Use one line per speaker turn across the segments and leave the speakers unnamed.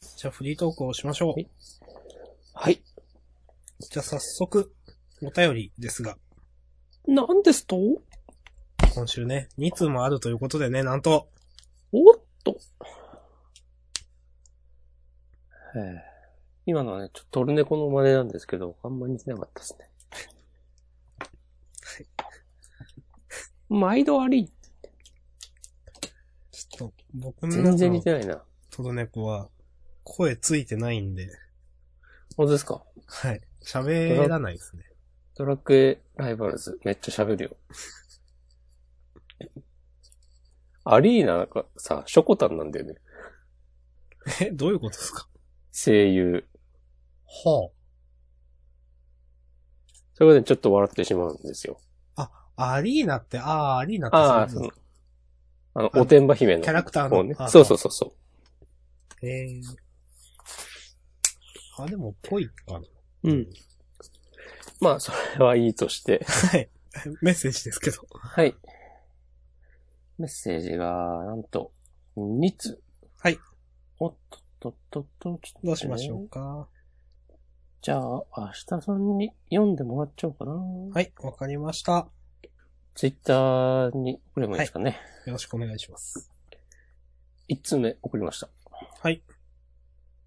じゃあフリートークをしましょう。
はいはい。
じゃあ早速、お便りですが、
なんですと
今週ね、2通もあるということでね、なんと、
おっと。へえ今のはね、ちょっとトルネコの真似なんですけど、あんま似てなかったですね。毎度悪い。
ちょっと、僕の
全
中
然
の
似てないな。
トドネコは、声ついてないんで、
本当ですか
はい。喋らない ですね。
ドラクエライバルズ、めっちゃ喋るよ。アリーナがさ、ショコタンなんだよね。
え、どういうことですか
声優。
は
それがね、ちょっと笑ってしまうんですよ。
あ、アリーナって、ああ、アリーナって
ああ、
そ
そう
いう
の
こ、
あの、
あの
おてんば姫の。
キャラクターの
方ね
ああ。
そうそうそうそう。
とえーあ、でも、ぽいかな。
うん。まあ、それはいいとして。
はい。 メッセージですけど。
はい。メッセージが、なんと、2つ。
はい。
おっとっとっとっと、ちょっと
どうしましょう。か。
じゃあ、明日さんに読んでもらっちゃおうかな。はい。
はい、わかりました。
ツイッターに送ればいいですかね。
よろしくお願いします。
1通目送りました。
はい。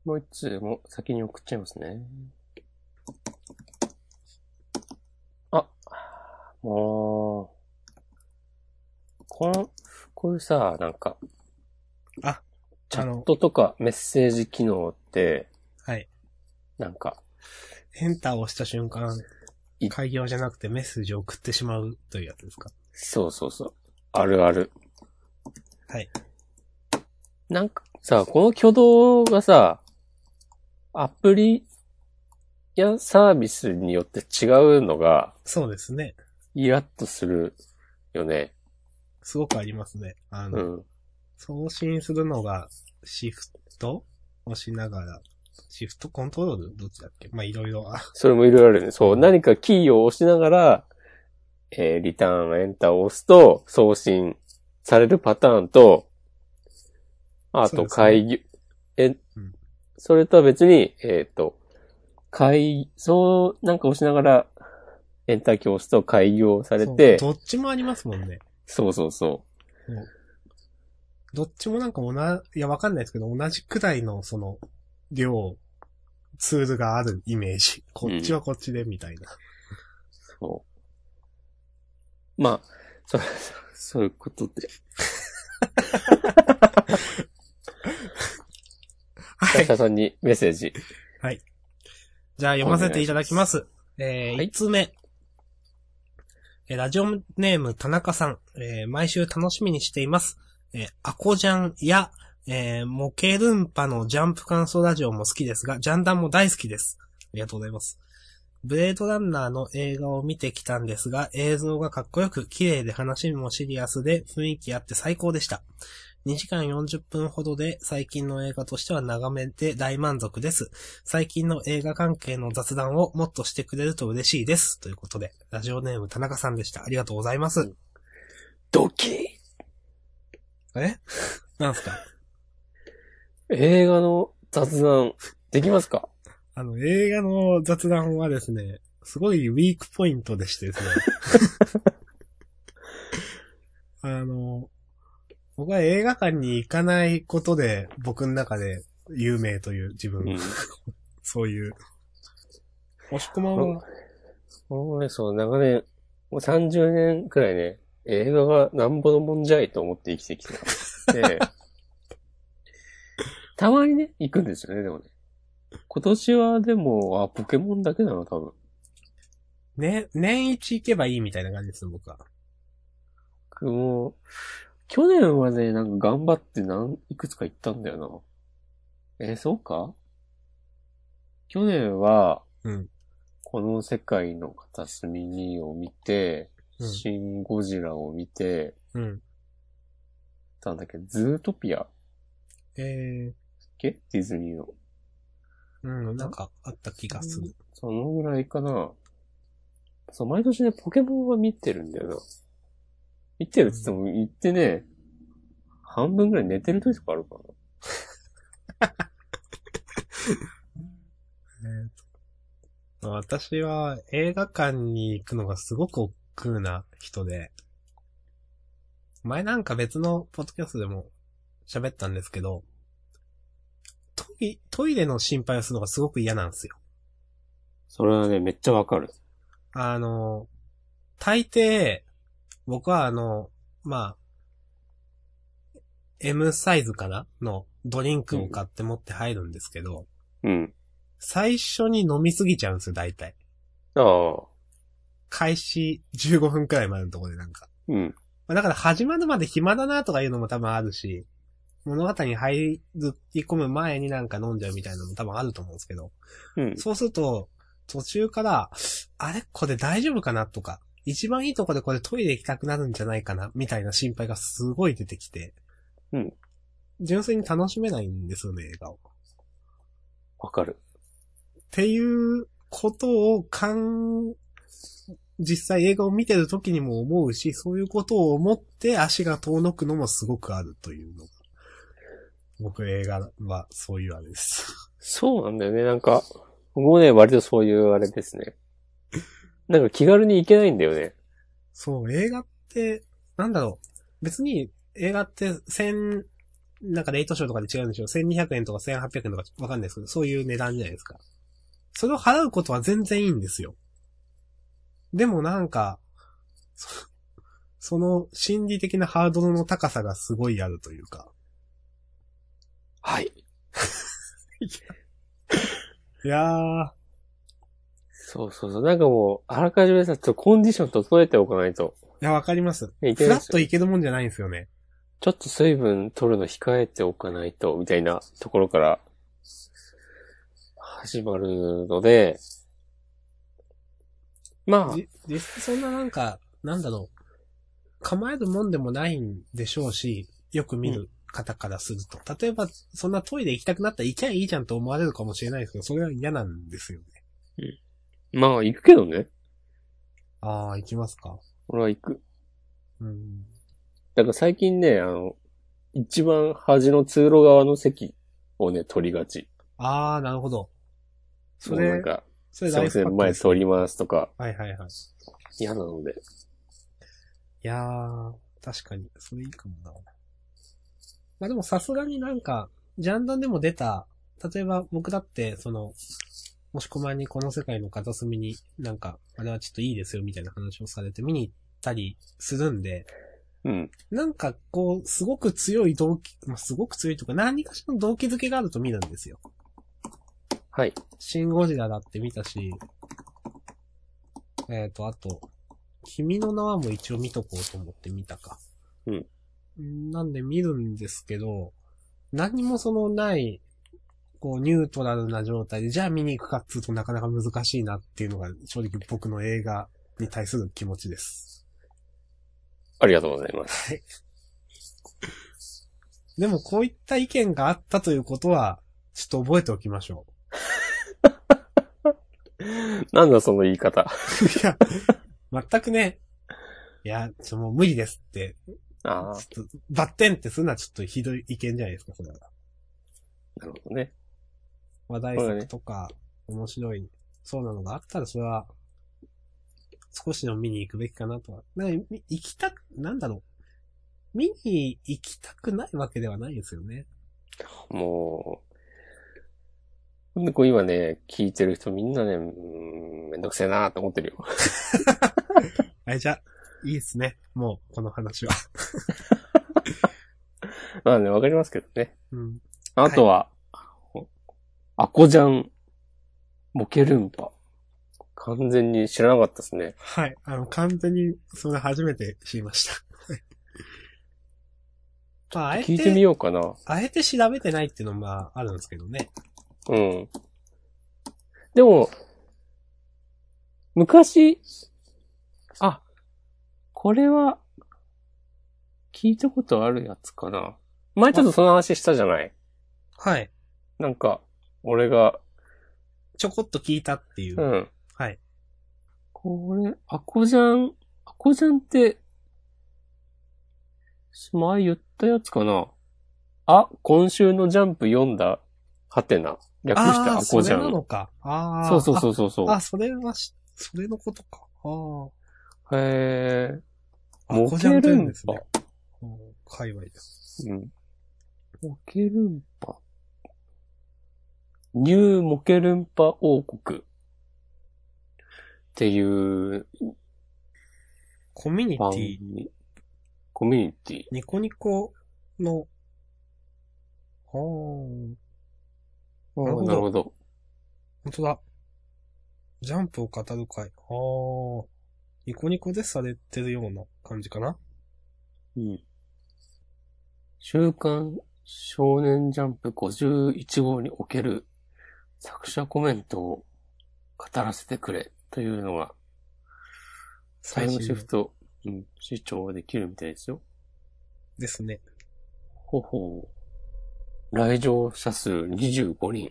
もう1通も先に送っちゃいますね。あ、もう、この、こういうさ、なんか、
あ、
チャ
あの
ットとかメッセージ機能って、
はい。
なんか、
エンターを押した瞬間
い、
開業じゃなくてメッセージを送ってしまうというやつですか
そうそうそう。あるある。
はい。
なんかさ、この挙動がさ、アプリやサービスによって違うのが、
そうですね。
イラッとするよね。
すごくありますね。あ
う
の、
ん。
送信するのがシフト押しながら、シフトコントロールどっちだっけまあ、いろいろ、あ、
それもいろいろあるよね。そう、何かキーを押しながら、えーリターン、エンターを押すと送信されるパターンと、あ
そう
と
ですね
会議、え
うん、
それとは別に、えっ、と、会、そう、なんか押しながら、エンターキーを押すと開業されて、
そうどっちもありますもんね。
そうそうそ
どっちもなんか同じ、いや、わかんないですけど、同じくらいの、その、量、ツールがあるイメージ。こっちはこっちで、みたいな。
う。そうまあ、そ、そういうこと で。
は
会
い。
社さんにメッセージ。
じゃあ読ませていただきます。え
は
ー、
い
1つ目。えーラジオネーム田中さん。えー毎週楽しみにしています。えーアコジャンや、えーモケルンパのジャンプ感想ラジオも好きですが、ジャンダンも大好きです。ありがとうございます。ブレードランナーの映画を見てきたんですが、映像がかっこよく、綺麗で話もシリアスで、雰囲気あって最高でした。2時間40分ほどで、最近の映画としては長めて大満足です。最近の映画関係の雑談をもっとしてくれると嬉しいです。ということで、ラジオネーム田中さんでした。ありがとうございます。
ドキー
え なんすか
映画の雑談、できますか
あの、映画の雑談はですね、すごいウィークポイントでしてですね。あの、僕は映画館に行かないことで、僕の中で有名という自分、
うん。
そういう。押し込まん
俺
は、
もね、そう、長年、もう30年くらいね、映画がなんぼのもんじゃいと思って生きてき た。で、たまにね、行くんですよね、でもね。今年はでも、あ、ポケモンだけなの、多分。
ね、年一行けばいいみたいな感じです、僕は。
僕も、去年はね、なんか頑張ってなんいくつか行ったんだよな。えーそうか去年は、
うん
この世界の片隅にを見て、
うん
シン・ゴジラを見て、
うん。
なんだっけ、ズートピアだっ
えー、
けディズニーの。
うん、なんかあった気がする。
そのぐらいかな。そう、毎年ね、ポケモンは見てるんだよな。見てるって言っても、行ってね、半分ぐらい寝てる時とかあるからな。
私は映画館に行くのがすごく億劫な人で、前なんか別のポッドキャストでも喋ったんですけど、トイトイレの心配をするのがすごく嫌なんですよ。
それはね、めっちゃわかる。
あの、大抵、僕はあの、まあ、M サイズかなのドリンクを買って持って入るんですけど、
うん。
最初に飲みすぎちゃうんですよ、大体。
ああ。
開始15分くらい前のところでなんか。
うん。
まあだから始まるまで暇だなとかいうのも多分あるし、物語に入り込む前になんか飲んじゃうみたいなのも多分あると思うんですけど、
うん。
そうすると、途中から、あれこれ大丈夫かなとか、一番いいとこでこれトイレ行きたくなるんじゃないかなみたいな心配がすごい出てきて。
うん。
純粋に楽しめないんですよね、映画を。
わかる。
っていうことを感、実際映画を見てる時にも思うし、そういうことを思って足が遠のくのもすごくあるというのが。僕映画はそういうあれです。
そうなんだよね。なんか、僕もね、割とそういうあれですね。なんか気軽に行けないんだよね。
そう、映画って、なんだろう。別に映画って1000、なんかレイトショーとかで違うんでしょ ?1200 円とか1800円とかわかんないですけど、そういう値段じゃないですか。それを払うことは全然いいんですよ。でもなんか、そ その心理的なハードルの高さがすごいあるというか。
はい。
いやー、
そうそうそう。なんかもう、あらかじめさ、ちょっとコンディション整えておかないと。
いや、わかります。
ねいけ
フラ
ないです
ッといけるもんじゃないんですよね。
ちょっと水分取るの控えておかないと、みたいなところから、始まるので、まあ、
じ実際そんななんか、なんだろう。構えるもんでもないんでしょうし、よく見る方からすると。例えば、そんなトイレ行きたくなったら行きゃいいじゃんと思われるかもしれないですけど、それは嫌なんですよね。
まあ行くけどね。
ああ、行きますか。
俺は行く。
うん。
だから最近ね、あの、一番端の通路側の席をね、取りがち。
ああ、なるほど。そ
もうなん
れ、
か、
そ
す
れ
い
ライ
ま
フ
せ
ハッ
ん、
ク
前
です
通りますとか、
はいはいはい。
嫌なので。
いやー、確かに、それいいかもな。まあでもさすがになんか、ジャンダンでも出た、例えば僕だって、その、もしこまんにこの世界の片隅になんか、あれはちょっといいですよみたいな話をされて見に行ったりするんで、
うん。
なんかこう、すごく強い動機、まあ、すごく強いというか、何かしらの動機づけがあると見るんですよ。
はい。
シン・ゴジラだって見たし、えっ、と、あと、君の名はも一応見とこうと思って見たか。
うん
ん。なんで見るんですけど、何もそのない、こう、ニュートラルな状態で、じゃあ見に行くかっつうとなかなか難しいなっていうのが正直僕の映画に対する気持ちです。
ありがとうございます。
でもこういった意見があったということは、ちょっと覚えておきましょう。
なんだその言い方。
いや、全くね、いや、ちょ、もう無理ですって、
ああ、
ちょっと、バッテンってするのはちょっとひどい意見じゃないですか、それは。
なるほどね。
話題作とか、面白い、そうなのがあったら、それは、少しでも見に行くべきかなとは。なんかみ行きたく、なんだろう。見に行きたくないわけではないですよね。
もう、ほんでこう今ね、聞いてる人みんなね、うーんめんどくせえなーと思ってるよ。
あれじゃあ、いいですね。もう、この話は。
まあね、わかりますけどね。
うん。
あとは、アコジャン、モケルンパ。完全に知らなかったですね。
はい。あの、完全に、それ初めて知りました。まあ、あえ
聞いてみ
て、
ようかな。
あえて調べてないっていうのも、まあ、あるんですけどね。
うん。でも、昔、あ、これは、聞いたことあるやつかな。前ちょっとその話したじゃない
はい。
なんか、俺が、
ちょこっと聞いたっていう。
うん。
はい。
これ、アコジャン、アコジャンって、前言ったやつかなあ、今週のジャンプ読んだハテナ。略して
あ
ア
あ、そ
コジ
れ
ャ
な
ン。
のか。ああ。
そうそうそうそうそう。
あ。あ、それはし、それのことか。あ
へ
あ。
モ
あこ
ケ
じゃんとい
ル
うん
ン
です
パ
ね。。うん界隈です。
うん。モケルンパ。ニューモケルンパ王国。っていう
コミュニテ
番
ィ、
組。コミュニティ。
ニコニコの、ああ、本
あ
るほど
ーなるほど。
当だ。ジャンプを語る会。ああ、ニコニコでされてるような感じかな。
うん。週刊少年ジャンプ51号における作者コメントを語らせてくれというのがタイムシフト、うん、視聴できるみたいですよ。
ですね。
ほほう。来場者数25人。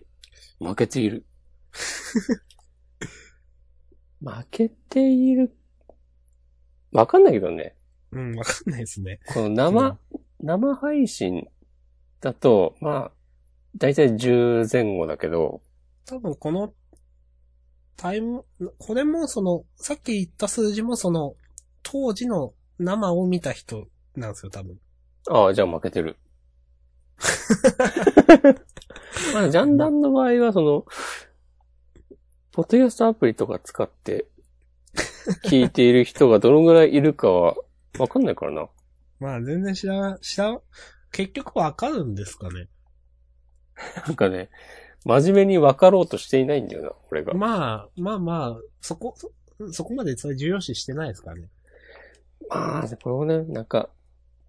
負けている。 負けている。わかんないけどね。
うん、わかんないですね。
この生、
うん
生配信だと、まあ、だいたい10前後だけど、
多分この、タイム、これもその、さっき言った数字もその、当時の生を見た人なんですよ、多分。
ああ、じゃあ負け てる。まあ、ジャンダンの場合は、その、ポッドキャストアプリとか使って、聞いている人がどのぐらいいるかは、わかんないからな。
まあ全然知ら、知ら、結局わかるんですかね。
なんかね、真面目に分かろうとしていないんだよな、俺が。
まあ、まあまあ、そこ、そそこまでそれ重要視してないですからね。
まあ、これもね、なんか、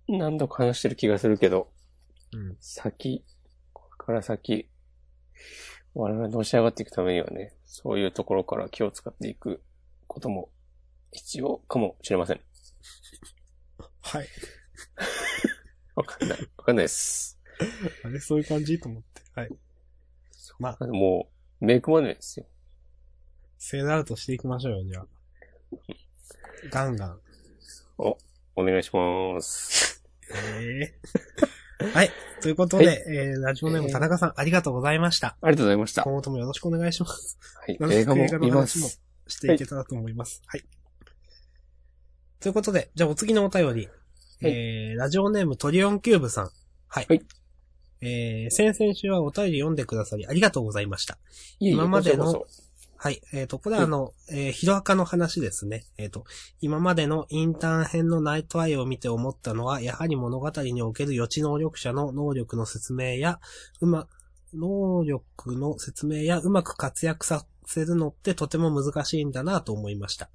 何度か話してる気がするけど、
うん。
先、これから先、我々のし上がっていくためにはね、そういうところから気を使っていくことも必要かもしれません。
はい。
わかんない。わかんないです。
あれ、そういう感じと思って。はい。まあ、
もう、メイクマネーですよ。
セールアウトしていきましょうよ、じゃあ。ガンガン。
お願いします。
ええはい。ということで、
は
えー、ラジオネーム田中さん、ありがとうございました。
ありがとうございました。は
今後ともよろしくお願いします。
い
な。んか
映画も
映画の
見ま
話も
す。
していけたらと思います。はい。ということで、じゃあお次のお便り。
はい
えー、ラジオネームトリオンキューブさん。はい。
はい
えー、先々週はお便り読んでくださりありがとうございました。
いえいえ
今までの
こちらこそ
はい。えっ、と、これは
は
あ
い
の、えー、ヒロアカの話ですね。えっ、と、今までのインターン編のナイトアイを見て思ったのは、やはり物語における予知能力者の能力の説明や、うま、能力の説明やうまく活躍させるのってとても難しいんだなと思いました。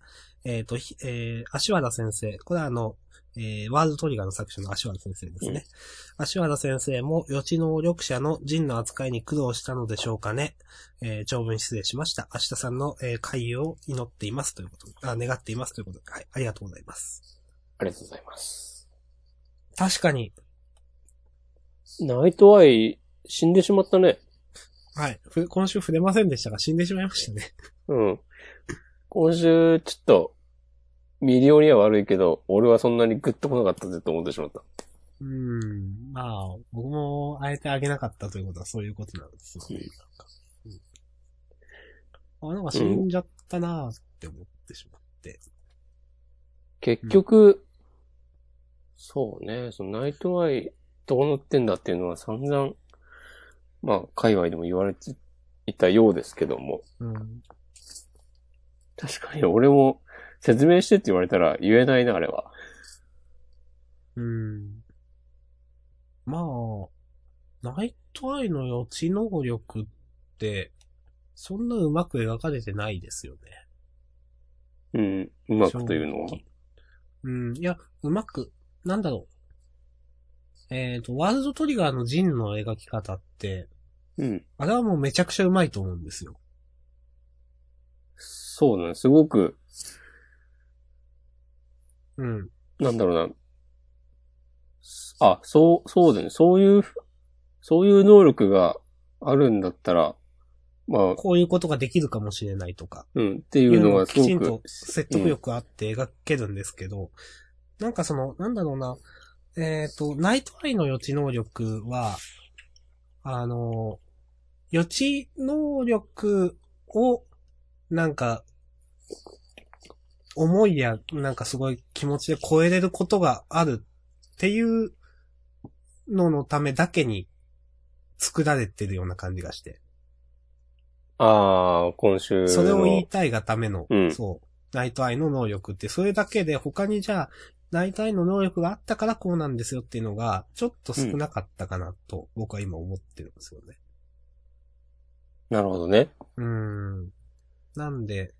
えっ、と、ひえー、足原先生。これはあの、えー、ワールドトリガーの作者の足原先生ですね。足原先生も予知能力者の人の扱いに苦労したのでしょうかね。えー長文失礼しました。明日さんの、えー回遊を祈っていますということであ、願っていますということで、はい、ありがとうございます。
ありがとうございます。
確かに、
ナイトアイ、死んでしまったね。
はい、ふ今週触れませんでしたが、死んでしまいましたね。
うん。今週、ちょっと、ミリオには悪いけど、俺はそんなにグッと来なかったぜと思ってしまった。
うーん、まあ、僕もあえてあげなかったということはそういうことなんですよね。なんかうんあ、なんか死んじゃったなーって思ってしまう。
結局、そうね、そのナイトアイ、どうなってんだっていうのは散々、まあ、界隈でも言われていたようですけども、
うん。
確かに俺も説明してって言われたら言えないな、あれは。
うん。まあ、ナイトアイの予知能力って、そんなうまく描かれてないですよね。
うん、うまくというのは
正。直うん、いや、うまく、なんだろう。えっ、と、ワールドトリガーのジンの描き方って、
うん。
あれはもうめちゃくちゃうまいと思うんですよ。
そうだね、すごく、
うん。
なんだろうな。あ、そう、そうだね。そういう、そういう能力があるんだったら、まあ、
こういうことができるかもしれないとか、
うん、ってい
いううの
の
が
がす
きち
ご
んと
く、
説得力あって描けるんですけど、なんかその、なんだろうな、えっ、と、ナイトアイの予知能力は、あの、予知能力を、なんか、思いや、なんかすごい気持ちで超えれることがあるっていうののためだけに作られてるような感じがして。
ああ、今週の。
それを言いたいがための、
うん
そう、ナイトアイの能力って、それだけで他にじゃあ、ナイトアイの能力があったからこうなんですよっていうのが、ちょっと少なかったかなと、僕は今思ってるんですよね。
なるほどね。
うーん。なんで、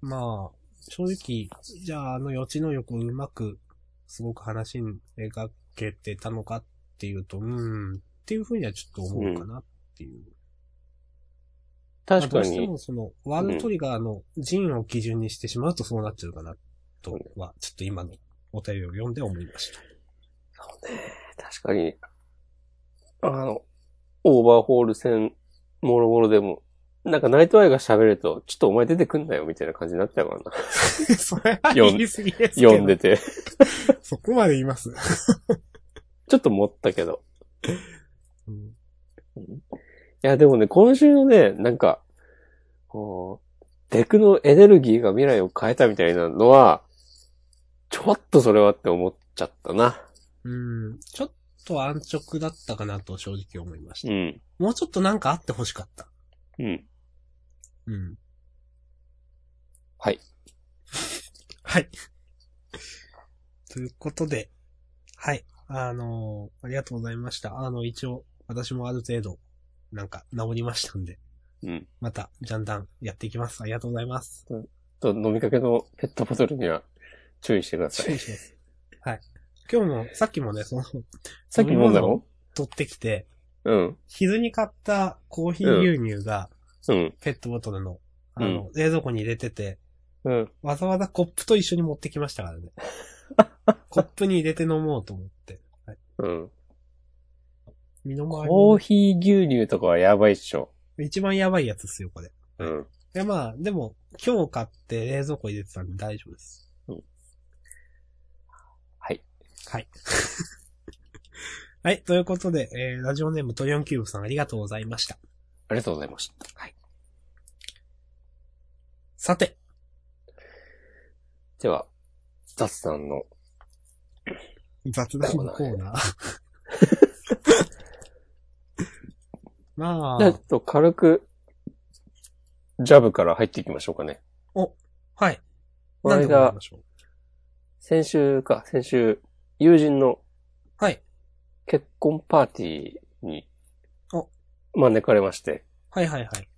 まあ、正直、じゃああの予知能力をうまく、すごく話に描けてたのかっていうと、うーん、っていうふうにはちょっと思うかなっていう。
確か
まあどうして
に。
もその、ワールドトリガーの陣を基準にしてしまうとそうなっちゃうかな、とは、ちょっと今のお便りを読んで思いました。
確かに。あの、オーバーホール戦、もろもろでも、なんかナイトアイが喋ると、ちょっとお前出てくんなよ、みたいな感じになったか らな。
それは言い過ぎですけど。
読んでて。
そこまで言います。
ちょっと持ったけど。
うん
いや、でもね、今週のね、なんか、こう、デクのエネルギーが未来を変えたみたいなのは、ちょっとそれはって思っちゃったな。
うん、ちょっと安直だったかなと正直思いました。
うん。
もうちょっとなんかあってほしかった。
うん。
うん。
はい。
はい。ということで、はい。あのーありがとうございました。あの、一応、私もある程度、なんか、治りましたんで、
うん。
また、ジャンダンやっていきます。ありがとうございます。
と、飲みかけのペットボトルには注意してくださ
失
い
礼。します。はい。今日も、さっきもね、その、
さっき飲んだろ
取ってきて、
うん。
昼に買ったコーヒー牛乳が、
うん。
ペットボトルの、あの、冷蔵庫に入れてて、
うん。
わざわざコップと一緒に持ってきました からね。コップに入れて飲もうと思って。はい、
うん。
身の回りの
コーヒー牛乳とかはやばいっしょ。
一番やばいやつっすよ、これ。
うん。
で、まあ、でも、今日買って冷蔵庫入れてたんで大丈夫です。
うんはい。
はい。 はい、ということで、えー、ラジオネームトリオンキューブさんありがとうございました。
ありがとうございました。
さて、
では、ザツさんの、
雑談のコー ナー。ま
じゃあちょ
あ
っ、と軽く、ジャブから入っていきましょうかね。
はい。
この
何でもや
間
りま、しょう
先週か、先週、友人の
はい。
結婚パーティーに
お、
招かれまして、
はいはいはい。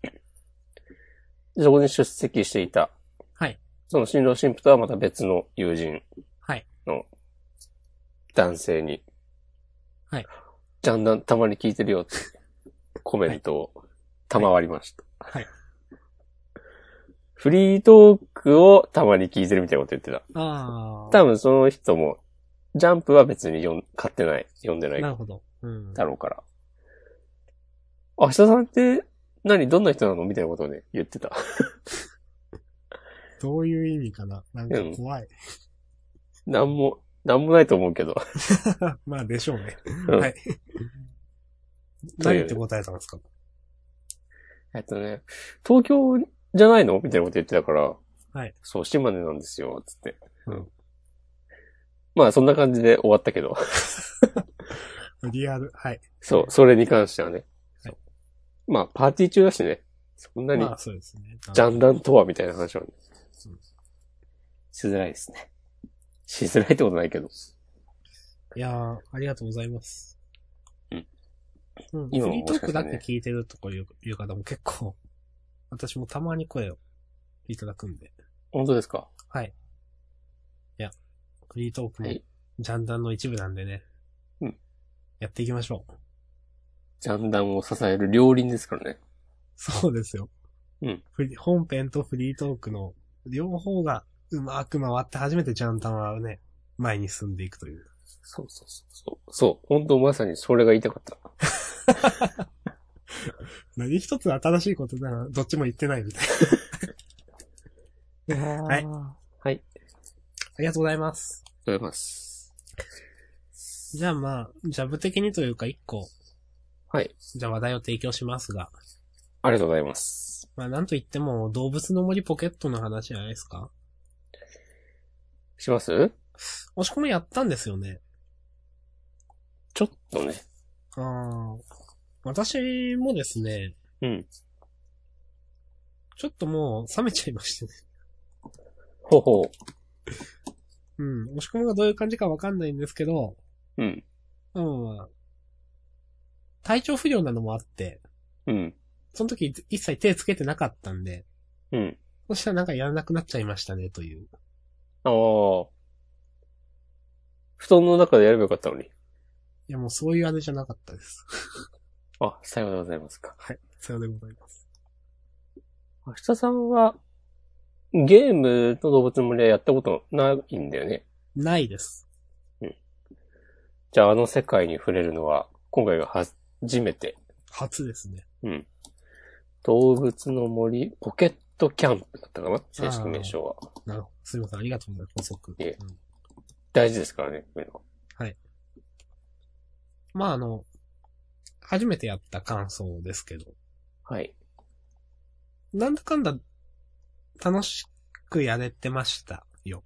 そこに出席していた、
はい。
その新郎新婦とはまた別の友人
はい。
の男性に、
はい。
ジャンダンたまに聞いてるよってコメントを賜りました。
はい。
フリートークをたまに聞いてるみたいなこと言ってた。
あ
多分その人も、ジャンプは別に読ん買ってない、読んでな
あ、
い
なるほど。うん。
だろうから。あ、明日さんって何、どんな人なのみたいなことをね、言ってた。
どういう意味かななんか怖い。
なんも、なんもないと思うけど。
まあでしょうね。
うん
はい。何って答えたんですか
えっとね、東京じゃないのみたいなこと言ってたから、
はい。
そう、島根なんですよ、つって。
うん
まあ、そんな感じで終わったけ ど。
リアル。はい。
そう、それに関してはね。
はい
まあ、パーティー中だしね。そんなに、
まあそうですね。
ジャンダンとはみたいな話はね
うん。
しづらいですね。しづらいってことないけど。
いやー、ありがとうございます。
うん。
うん。フ
今も
リートークだ
もし
け
かし
聞いてるとかいういう方も結構、私もたまに声をいただくんで。
本当ですか
はい。いや、フリートークも
はい、
ジャンダンの一部なんでね。
うん。
やっていきましょう。
ジャンダンを支える両輪ですからね。
そうですよ。
うん
フリ。本編とフリートークの両方がうまく回って初めてジャンタンはね、前に進んでいくという。
そうそうそうそう。そう、本当まさにそれが言いたかった。
何一つ新しいことならどっちも言ってないみたいな。。
はいはい。あり
ありがとうございます。
がとうございます。
じゃあまあ、ジャブ的にというか一個、
はい。
じゃあ話題を提供しますが、
ありがとうございます。
まあなんと言っても、動物の森ポケットの話じゃないですか。
します
押し込みやったんですよね。
ちょっとね。
ああ。私もですね、
うん。
ちょっともう冷めちゃいましたね。
ほうほう。
うん。押し込みがどういう感じかわかんないんですけど、
うん。
まあまあまあ体調不良なのもあって、
うん。
その時一切手つけてなかったんで、
うん。
そしたらなんかやらなくなっちゃいましたね、という。
ああ。布団の中でやればよかったのに。
いやもうそういうあれじゃなかったです。
あ、さようでございますか。
さようでございます。
明日さんは、ゲームと動物の森はやったことないんだよね。
ないです。
じゃああの世界に触れるのは、今回が初めて。
初ですね。
うん。動物の森、ポケットキャンプだったかな正式名称は。
なるほど。すみません。ありがとうございます。補足。
いえ
うん
大事ですからね、こういうの。
まああの、初めてやった感想ですけど、
はい。
なんだかんだ楽しくやれてましたよ。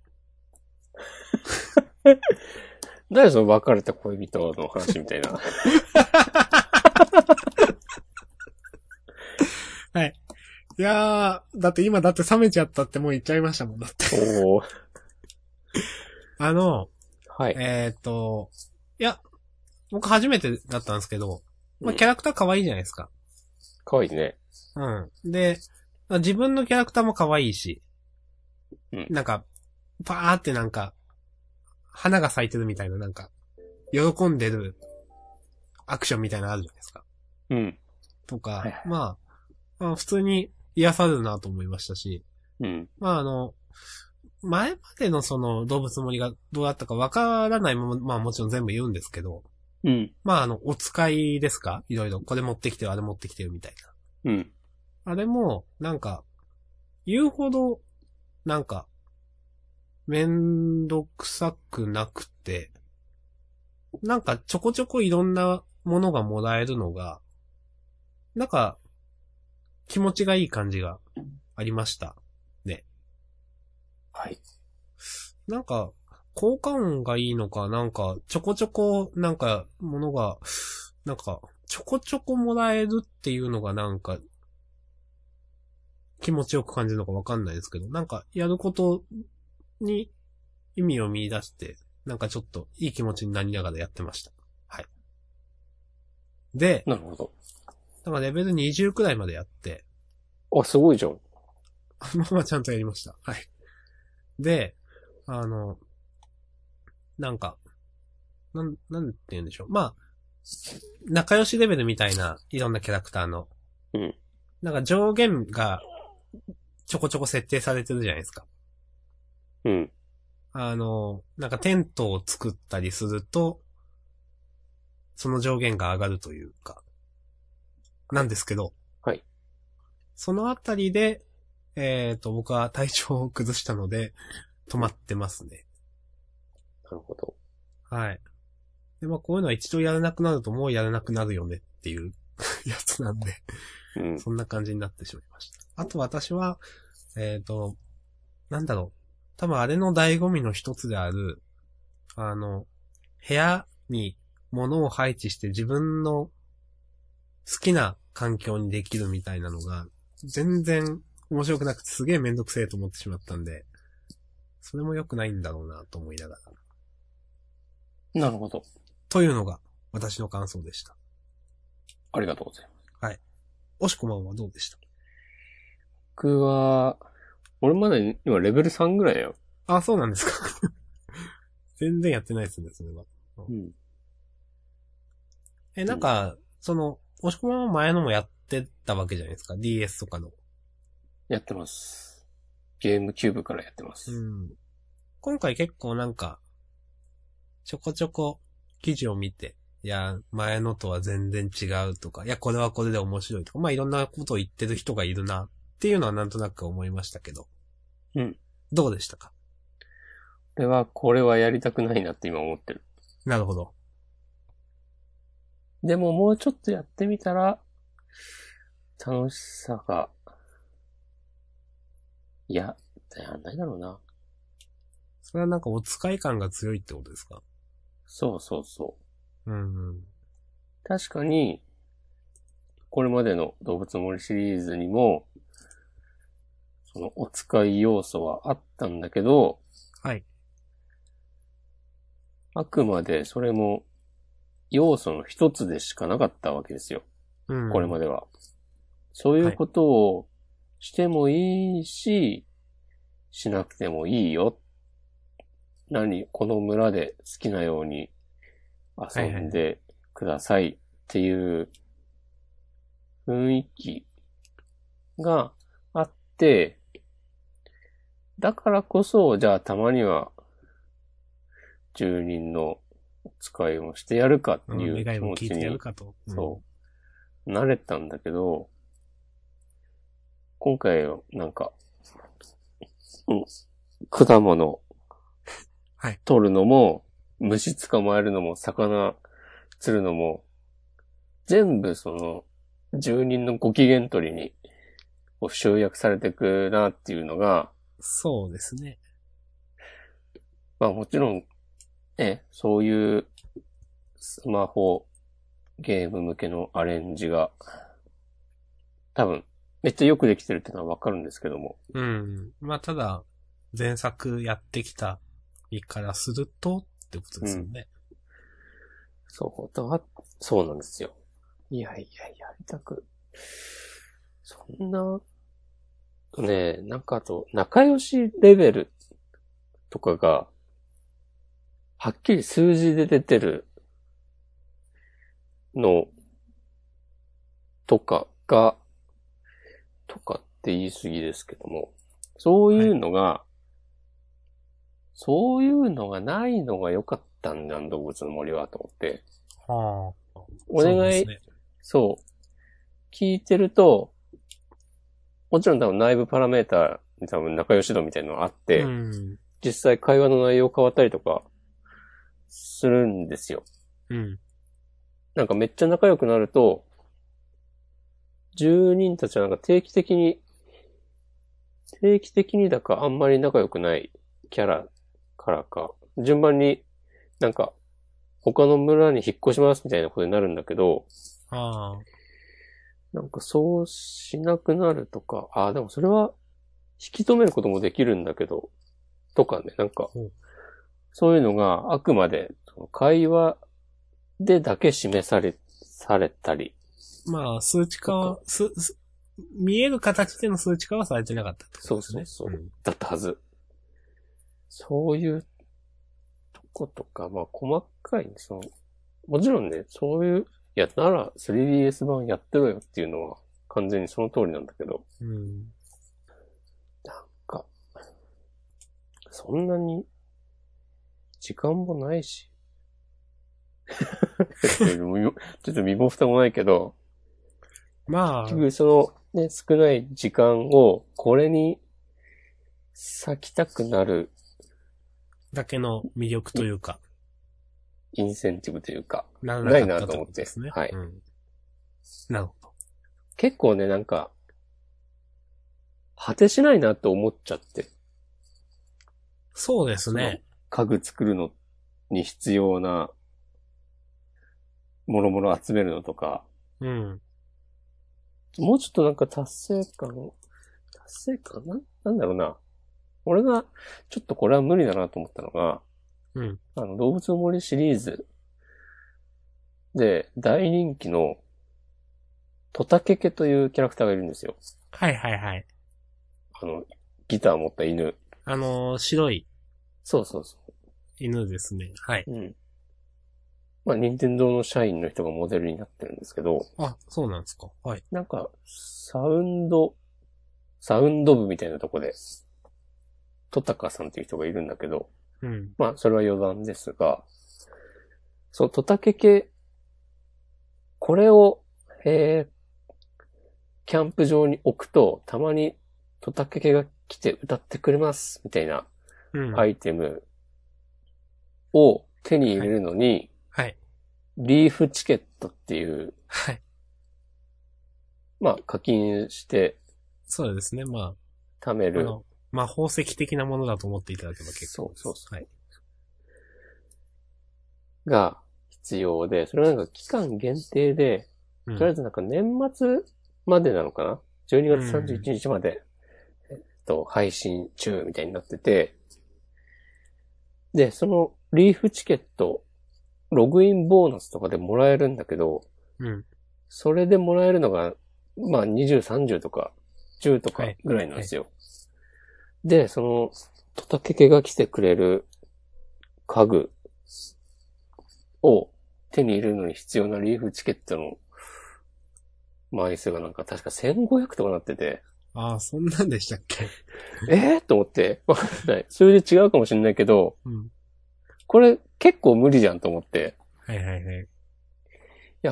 誰その別れた恋人の話みたい な。
いやー、だって今だって冷めちゃったってもう言っちゃいましたもんだって。
おー。
あの、
はい。
えっ、ー、と、いや、僕初めてだったんですけど、まあ、キャラクター可愛いじゃないですか。
かわいいね。
うん。で、まあ自分のキャラクターも可愛いし、
うん
なんか、パーってなんか、花が咲いてるみたいな、なんか、喜んでるアクションみたいなのあるじゃないですか。
うん。
とか、
はいはい
まあ、まあ、普通に癒されるなと思いましたし、
うん。
まああの、前までのその動物森がどうだったかわからないまま、まあもちろん全部言うんですけど、
うん。
まああの、お使いですかいろいろ。これ持ってきてよ、あれ持ってきてよ、みたいな。
うん。
あれも、なんか、言うほど、なんか、めんどくさくなくて、なんかちょこちょこいろんなものがもらえるのが、なんか、気持ちがいい感じがありました。
はい。
なんか、効果音がいいのか、なんか、ちょこちょこ、なんか、ものが、なんか、ちょこちょこもらえるっていうのがなんか、気持ちよく感じるのかわかんないですけど、なんか、やることに意味を見出して、なんかちょっといい気持ちになりながらやってました。はい。で、
なるほ
なんかレベル20くらいまでやって、
ど。あ、すごいじゃん。
まあまあちゃんとやりました。はい。で、あの、なんか、なん、なんて言うんでしょう。まあ、仲良しレベルみたいないろんなキャラクターの。
うん
なんか上限がちょこちょこ設定されてるじゃないですか。
うん。
あの、なんかテントを作ったりすると、その上限が上がるというか、なんですけど。
はい。
そのあたりで、えっ、と、僕は体調を崩したので、止まってますね。
なるほど。
はい。で、まあこういうのは一度やらなくなるともうやらなくなるよねっていう やつなんで、
うん。
そんな感じになってしまいました。あと私は、えっ、と、なんだろう。多分あれの醍醐味の一つである、あの、部屋に物を配置して自分の好きな環境にできるみたいなのが、全然面白くなくてすげえめんどくせえと思ってしまったんで、それも良くないんだろうなと思いながら。
なるほど。
というのが私の感想でした。
ありがとうございます。
おしこまんはどうでした
僕は、俺まだ今レベル3ぐらいだよ。
あ、そうなんですか。 全然やってないですね、それは。
うん。
え、なんか、その、おしこまんは前のもやってたわけじゃないですか。DS とかの。
やってます。ゲームキューブからやってます。
うん。今回結構なんか、ちょこちょこ記事を見て、いや、前のとは全然違うとか、いや、これはこれで面白いとか、まあいろんなことを言ってる人がいるな、っていうのはなんとなく思いましたけど。
うん。
どうでしたか
これは、これはやりたくないなって今思ってる。
なるほど。
でももうちょっとやってみたら、楽しさが、いや、やんないだろうな。
それはなんかお使い感が強いってことですか
そうそうそう。
うんうん。
確かに、これまでの動物の森シリーズにも、そのお使い要素はあったんだけど、
はい。
あくまでそれも要素の一つでしかなかったわけですよ。
うん。
これまでは。そういうことをしてもいいし、しなくてもいいよ。何、この村で好きなように遊んでくださいっていう雰囲気があって、だからこそ、じゃあたまには住人の使いをしてやるかって
うん
いう
願
気
いも
持
聞
ち
いて
に
やるかと。うん
そう。慣れたんだけど、今回はなんか、うん、果物、
はい
取るのも、虫捕まえるのも、魚釣るのも、全部その、住人のご機嫌取りに、こう集約されていくなっていうのが、
そうですね。
まあもちろん、ね、そういうスマホゲーム向けのアレンジが、多分、めっちゃよくできてるってのはわかるんですけども。
うん。まあ、ただ、前作やってきた身からすると、ってことですよね。
そう、だわそうなんですよ。いやいや、やりたく。そんな、ねえ、なんかあと、仲良しレベルとかが、はっきり数字で出てるの、とかが、とかって言い過ぎですけども、そういうのが、そういうのがないのが良かったんだ、動物の森は、と思って。
はあ。
お願
そう
い
で
そ
す
う,、
ね。
聞いてると、もちろん多分内部パラメーターに多分仲良し度みたいなのがあって、
うん。
実際会話の内容変わったりとかするんですよ。
うん。
なんかめっちゃ仲良くなると、住人たちはなんか定期的に、定期的にだかあんまり仲良くないキャラからか、順番になんか他の村に引っ越しますみたいなことになるんだけど、
はあ。
なんかそうしなくなるとか、ああ、でもそれは引き止めることもできるんだけど、とかね、なんか
ほう、
そういうのがあくまでその会話でだけ示され、されたり、
まあ、数値化は、す、す、見える形での数値化はされてなかったってことですね。
そうそうそ
ん
だったはず。そういうとことか、まあ細かいね、その、もちろんね、そういう、いや、なら 3DS 版やってろよっていうのは完全にその通りなんだけど、
うん。
そんなに、時間もないし。 ちょっと身もちょっと身も蓋もないけど、
まあ
結、局そのね、少ない時間を、これに、割きたくなる
だけの魅力というか、
インセンティブというか、
なら
ない
な
な
かったと
と思
思っ
っ
ててですね。
はい
うんなるほど。
結構ね、なんか、果てしないなと思っちゃって、
そうですね。
家具作るのに必要な、もろもろ集めるのとか、
うん。
もうちょっとなんか達成感、達成感な、なんだろうな。俺が、ちょっとこれは無理だなと思ったのが、
うん
あの、動物の森シリーズで大人気のトタケケというキャラクターがいるんですよ。
はいはいはい。
あの、ギター持った犬。
あのー白い
そうそうそ
犬ですね。はい。
う。うん。まあ、任天堂の社員の人がモデルになってるんですけど、
あ、そうなんですか。はい。
なんか、サウンド、サウンド部みたいなとこで、トタカさんっていう人がいるんだけど、
うん。
まあ、それは余談ですが、そう、トタケケ、これを、えーキャンプ場に置くと、たまにトタケケが来て歌ってくれます、みたいな
うん。
ア
い。
イテムを手に入れるのに、
はい。
リーフチケットっていう
はい。
まあ、課金して
そうですね。ま
貯め
あ、あ
る。
の、まあ、宝石的なものだと思っていただけば結構です。
そうそうそ
はい。
が必要で、それはなんか期間限定で、
うん
とりあえずなんか年末までなのかな ?12 月31日まで、えっと、配信中みたいになってて、で、そのリーフチケット、ログインボーナスとかでもらえるんだけど、
うん。
それでもらえるのが、まあ20、30とか、10とか
はい
ぐらいなんですよ。で、その、トタケケが来てくれる家具を手に入れるのに必要なリーフチケットの枚数がなんか確か1500とかなってて、
ああ、そんなんでしたっけ
えー、と思って、わかんない。数字違うかもしれないけど、
うん。
これ結構無理じゃんと思って、
はいはいはい。
えー、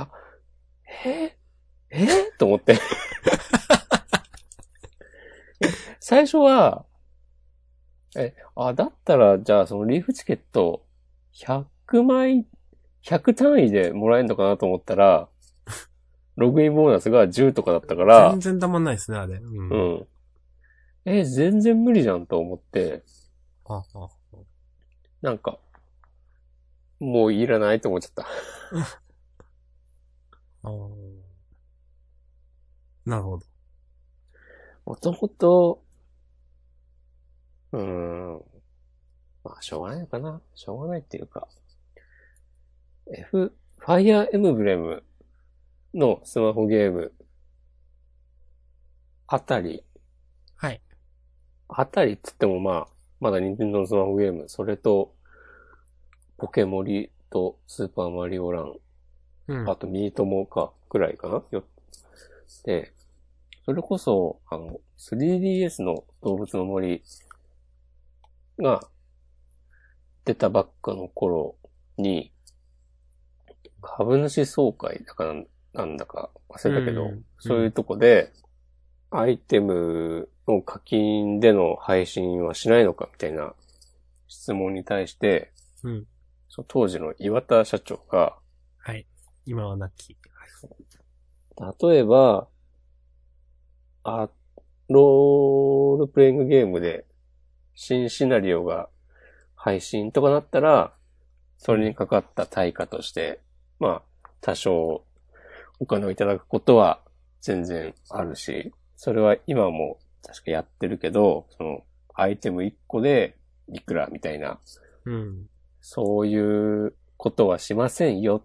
え ー、と思って。最初は、え、あ、だったら、じゃあ、そのリーフチケット、100枚、100単位でもらえるのかなと思ったら、ログインボーナスが10とかだったから
全、然たまんないですね、あれ。うん。
う
あ
ん。え、全然無理じゃんと思って、
ああ
なんか、もういらないと思っちゃった。
ああなるほど。
もともと、うーん。まあ、しょうがないのかな。しょうがないっていうか。F、Fire Emblem のスマホゲームあたり、
はい。
あたりっつってもまあ、まだ任天堂のスマホゲーム、それと、ポケモリとスーパーマリオラン、
うん。
あとミートモか、くらいかなよで、それこそ、あの、3DS の動物の森が出たばっかの頃に、株主総会だかなんなんだか忘れたけど、
うん
そういうとこで、アイテムの課金での配信はしないのかみたいな質問に対して、
うん
その当時の岩田社長が、
はい。今はなき。
例えば、あ、ロールプレイングゲームで、新シナリオが配信とかなったら、それにかかった対価として、まあ、多少お金をいただくことは全然あるし、それは今も確かやってるけど、その、アイテム1個でいくらみたいな
うん。
そういうことはしませんよっ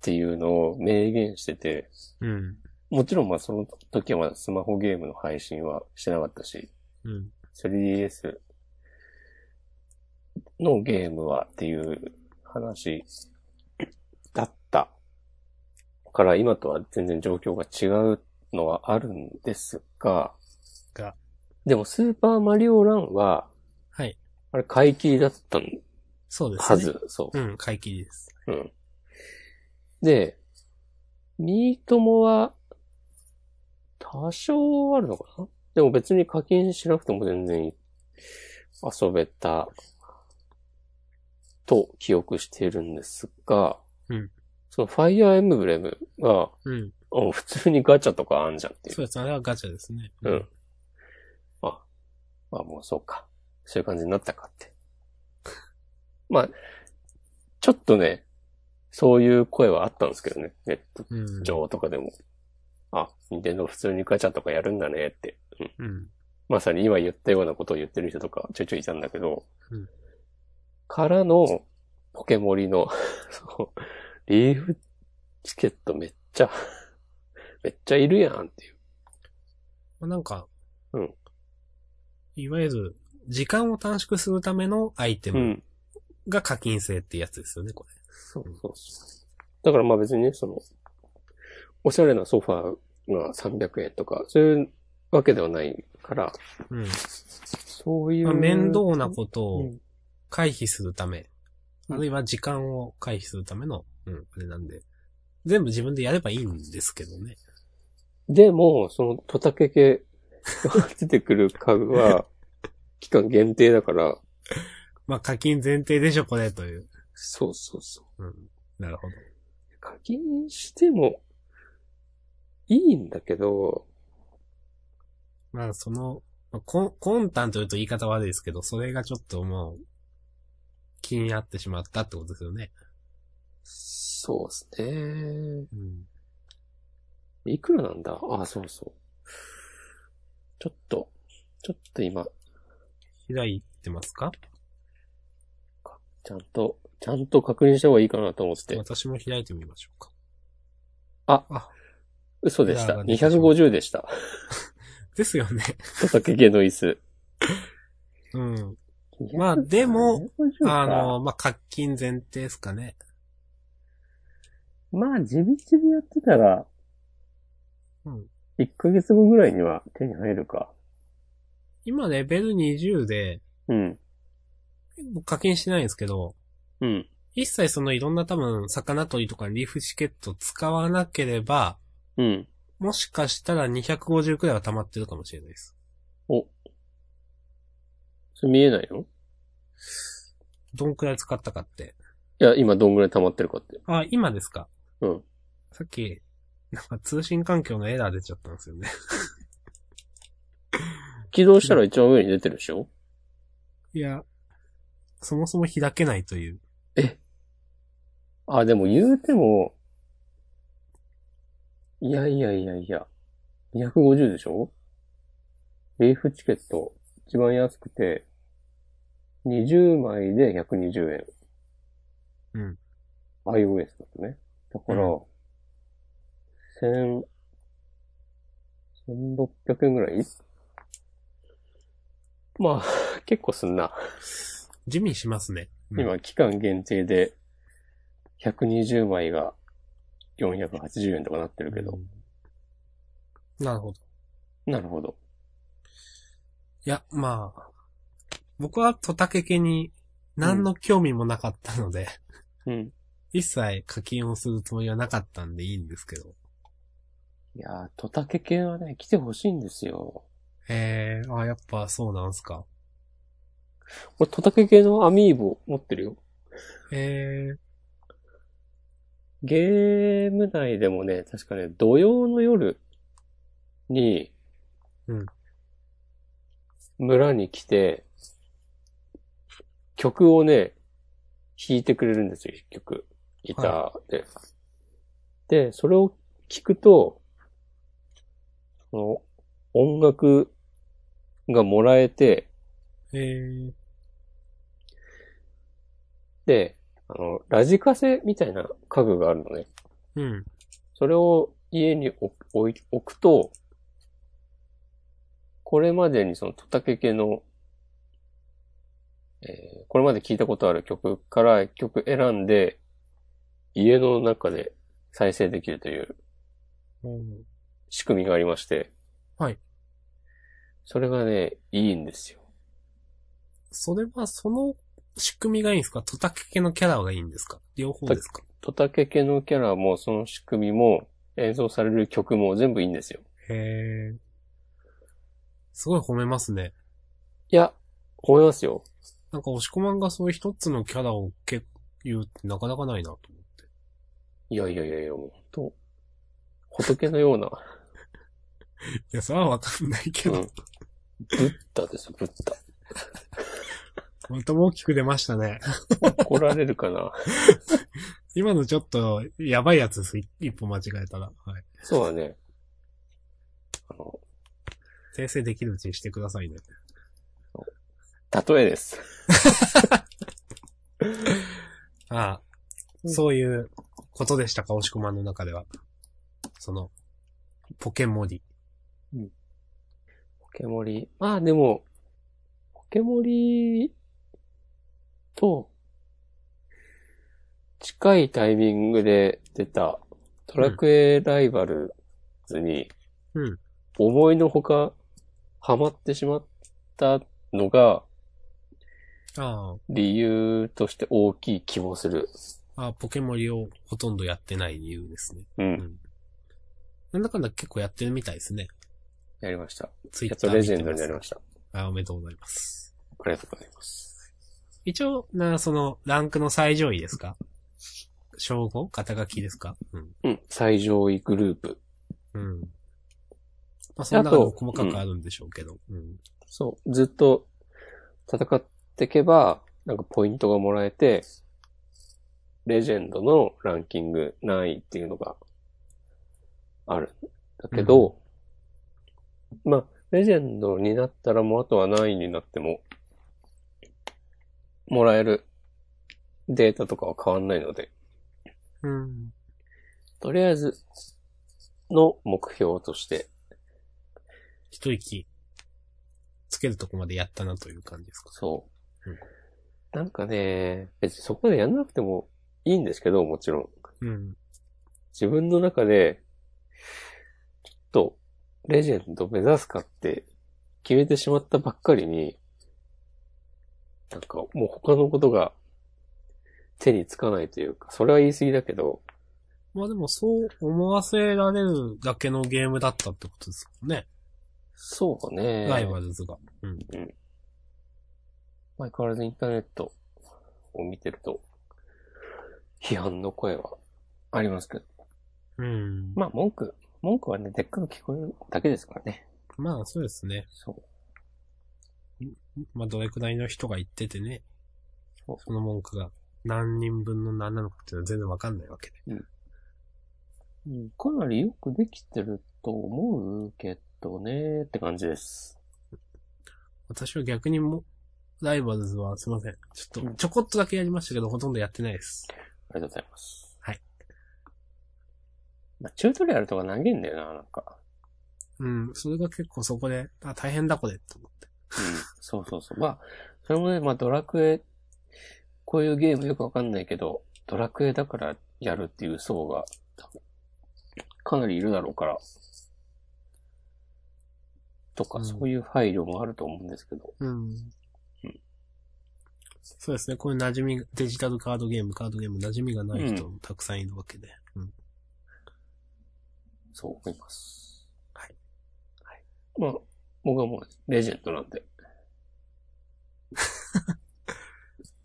ていうのを明言してて、
うん。
もちろんまあその時はまだスマホゲームの配信はしてなかったし、
うん。
3DS のゲームはっていう話だったから今とは全然状況が違うのはあるんですが、
が
でもスーパーマリオランは、
はい。
あれ買い切りだったん
そうですね。
はず、そう。
うん、買い切りです。
うん。で、ミートモは、多少あるのかなでも別に課金しなくても全然遊べた、と記憶しているんですが、
うん
そのファイアーエムブレムが、
うん。
あ普通にガチャとかあんじゃんっていう。
そうです。あれはガチャですね。
うん。。あ、あ、もうそうか。そういう感じになったかって。まあ、ちょっとね、そういう声はあったんですけどね。ネット
うん。
上とかでも。あ、任天堂普通にガチャとかやるんだねって。うん
うん。
まさに今言ったようなことを言ってる人とかちょいちょいいたんだけど。
うん
からの、ポケモリの、 そうリーフチケットめっちゃ、 めっちゃいるやんっていう。
まあ、なんか、
うん。
いわゆる、時間を短縮するためのアイテ
う
ム
ん。
が課金制ってやつですよね、これ。
そうそうそう。だからまあ別にね、その、おしゃれなソファーが300円とか、そういうわけではないから、
うん。
そういう。
まあ、面倒なこと
う
を
ん
回避するため、
うん
あるいは時間を回避するための、うん、あれなんで、全部自分でやればいいんですけどね。
でも、その、トタケケが 出てくる家具は、期間限定だから、
まあ、課金前提でしょ、これ、という。
そうそうそう。
うん。なるほど。
課金しても、いいんだけど、
まあ、その、まあこん、魂胆というと言い方悪いですけど、それがちょっともう、気になってしまったってことですよね。
そうですね。
うん。
いくらなんだあ、そうそう。ちょっと、ちょっと今、
開いてますか
ちゃんと、ちゃんと確認した方がいいかなと思って。
私も開いてみましょうか。
嘘でした。
裏が出てしまう
250でした。
ですよ ね。
佐竹家の椅子。
うん。まあでも、
250か
あ、の、まあ、課金前提ですかね。
まあ地道にやってたら、
うん。
1ヶ月後ぐらいには手に入るか。
今レベル20で、
うん。
僕課金してないんですけど、
うん。
一切そのいろんな多分、魚取りとかリーフチケット使わなければ、
うん。
もしかしたら250くらいは溜まってるかもしれないです。
それ見えないの
どんくらい使ったかって。
いや、今どんぐらい溜まってるかって。
あ、今ですか
うん。
さっき、なんか通信環境のエラー出ちゃったんですよね。
起動したら一番上に出てるでしょ
いや、そもそも開けないという。
あ、でも言うても、いやいやいやいや、250でしょリーフチケット、一番安くて、20枚で120円。
うん。
iOS だとね。だから、
う
千、千六百円ぐらいまあ、 結構すんな。
地味にしますね。うん
今、期間限定で、120枚が480円とかなってるけど。
うんなるほど。
なるほど。
いや、まあ、僕はトタケケに何の興味もなかったので、
うん。
一切課金をするつもりはなかったんでいいんですけど。
いやー、トタケ系はね、来てほしいんですよ。
へえ、あ、やっぱそうなんすか。
俺、トタケ系のアミーボ持ってるよ。
へえ、
ゲーム内でもね、確かね、土曜の夜に、
うん
村に来て、曲をね、弾いてくれるんですよ、一曲。ギターで。で、それを聞くと、その音楽がもらえて、
へえ、
で、あの、ラジカセみたいな家具があるのね。
うん。
それを家に置く置い置くと、これまでにそのトタケ系の、えーこれまで聴いたことある曲から曲選んで、家の中で再生できるという
うん
仕組みがありまして。
はい。
それがね、いいんですよ。
それはその仕組みがいいんですかトタケケのキャラがいいんですか両方ですか
トタケ系のキャラもその仕組みも演奏される曲も全部いいんですよ。
へえ、すごい褒めますね。
いや、思いますよ。
なんか、押し込まんがそういう一つのキャラを結構言うってなかなかないなと思って。
いやいやいやいや、もう本当仏のような。
いや、それはわかんないけ
うん
ど、。
ブッダですよ、ブッ
また大きく出ましたね。
ダ。怒られるか な
今のちょっと、やばいやつです。い一歩間違えたら。はい。
そうだね。あの、
訂正できるうちにしてくださいね。
例えです。
ああ、そういうことでしたか、押し込まんの中では。その、ポケモリ。
ポケモリ。まあでも、ポケモリと、近いタイミングで出たトラクエライバルズに、
うん
思いのほかハマってしまったのが
あ
理由として大きい気もする。
あ、ああポケモリをほとんどやってない理由ですね。
うん。
んなんだかんだ結構やってるみたいですね。
やりました。
ツイ
や
ッ
っ
タ
と
ー
レジェンドになりました。
た。ああおめでとうございます。
ありがとうございます。
一応、な、その、ランクの最上位ですか称号肩書きですかうん。
うん。最上位グループ。
うん。まあ、その中でも細かくあるんでしょうけど。うん。
そう、ずっと戦っていけば、なんかポイントがもらえて、レジェンドのランキング何位っていうのがあるんだけど、まあ、レジェンドになったらもうあとは何位になっても、もらえるデータとかは変わんないので、
うん。
とりあえずの目標として、
一息つけるとこまでやったなという感じですか。
そう
うん。
なんかね、別にそこまでやんなくてもいいんですけど、もちろん。
うん。
自分の中で、ちょっと、レジェンド目指すかって決めてしまったばっかりに、なんかもう他のことが手につかないというか、それは言い過ぎだけど、
まあでもそう思わせられるだけのゲームだったってことですよね。
そうだね。
ライバルズが。
相変わらずインターネットを見てると、批判の声はありますけど。
うん。
まあ文句、文句はね、でっかく聞こえるだけですからね。
まあそうですね。
そう。
まあどれくらいの人が言っててね。
そう
その文句が何人分の何なのかっていうのは全然わかんないわけで。
うんかなりよくできてると思うけどねって感じです。
私は逆にも、ライバルズはすいません。ちょっ
う
と
ん
ちょこっとだけやりましたけど、ほとんどやってないです。
ありがとうございます。
はい。
まあ、チュートリアルとか投げんだよな、なんか。
うん。それが結構そこで、あ、大変だこれ、と思って。
そうそうそう。まあ、それもね、まあドラクエ、こういうゲームよくわかんないけど、ドラクエだからやるっていう層が、多分かなりいるだろうから。と
う
か、
ん
そういう配慮もあると思うんですけど。
うん。そうですね。こういう馴染みが、デジタルカードゲーム、カードゲーム、馴染みがない人もたくさんいるわけで。うん。
そう思います。
はい。
はい。まあ、僕はもうレジェンドなんで。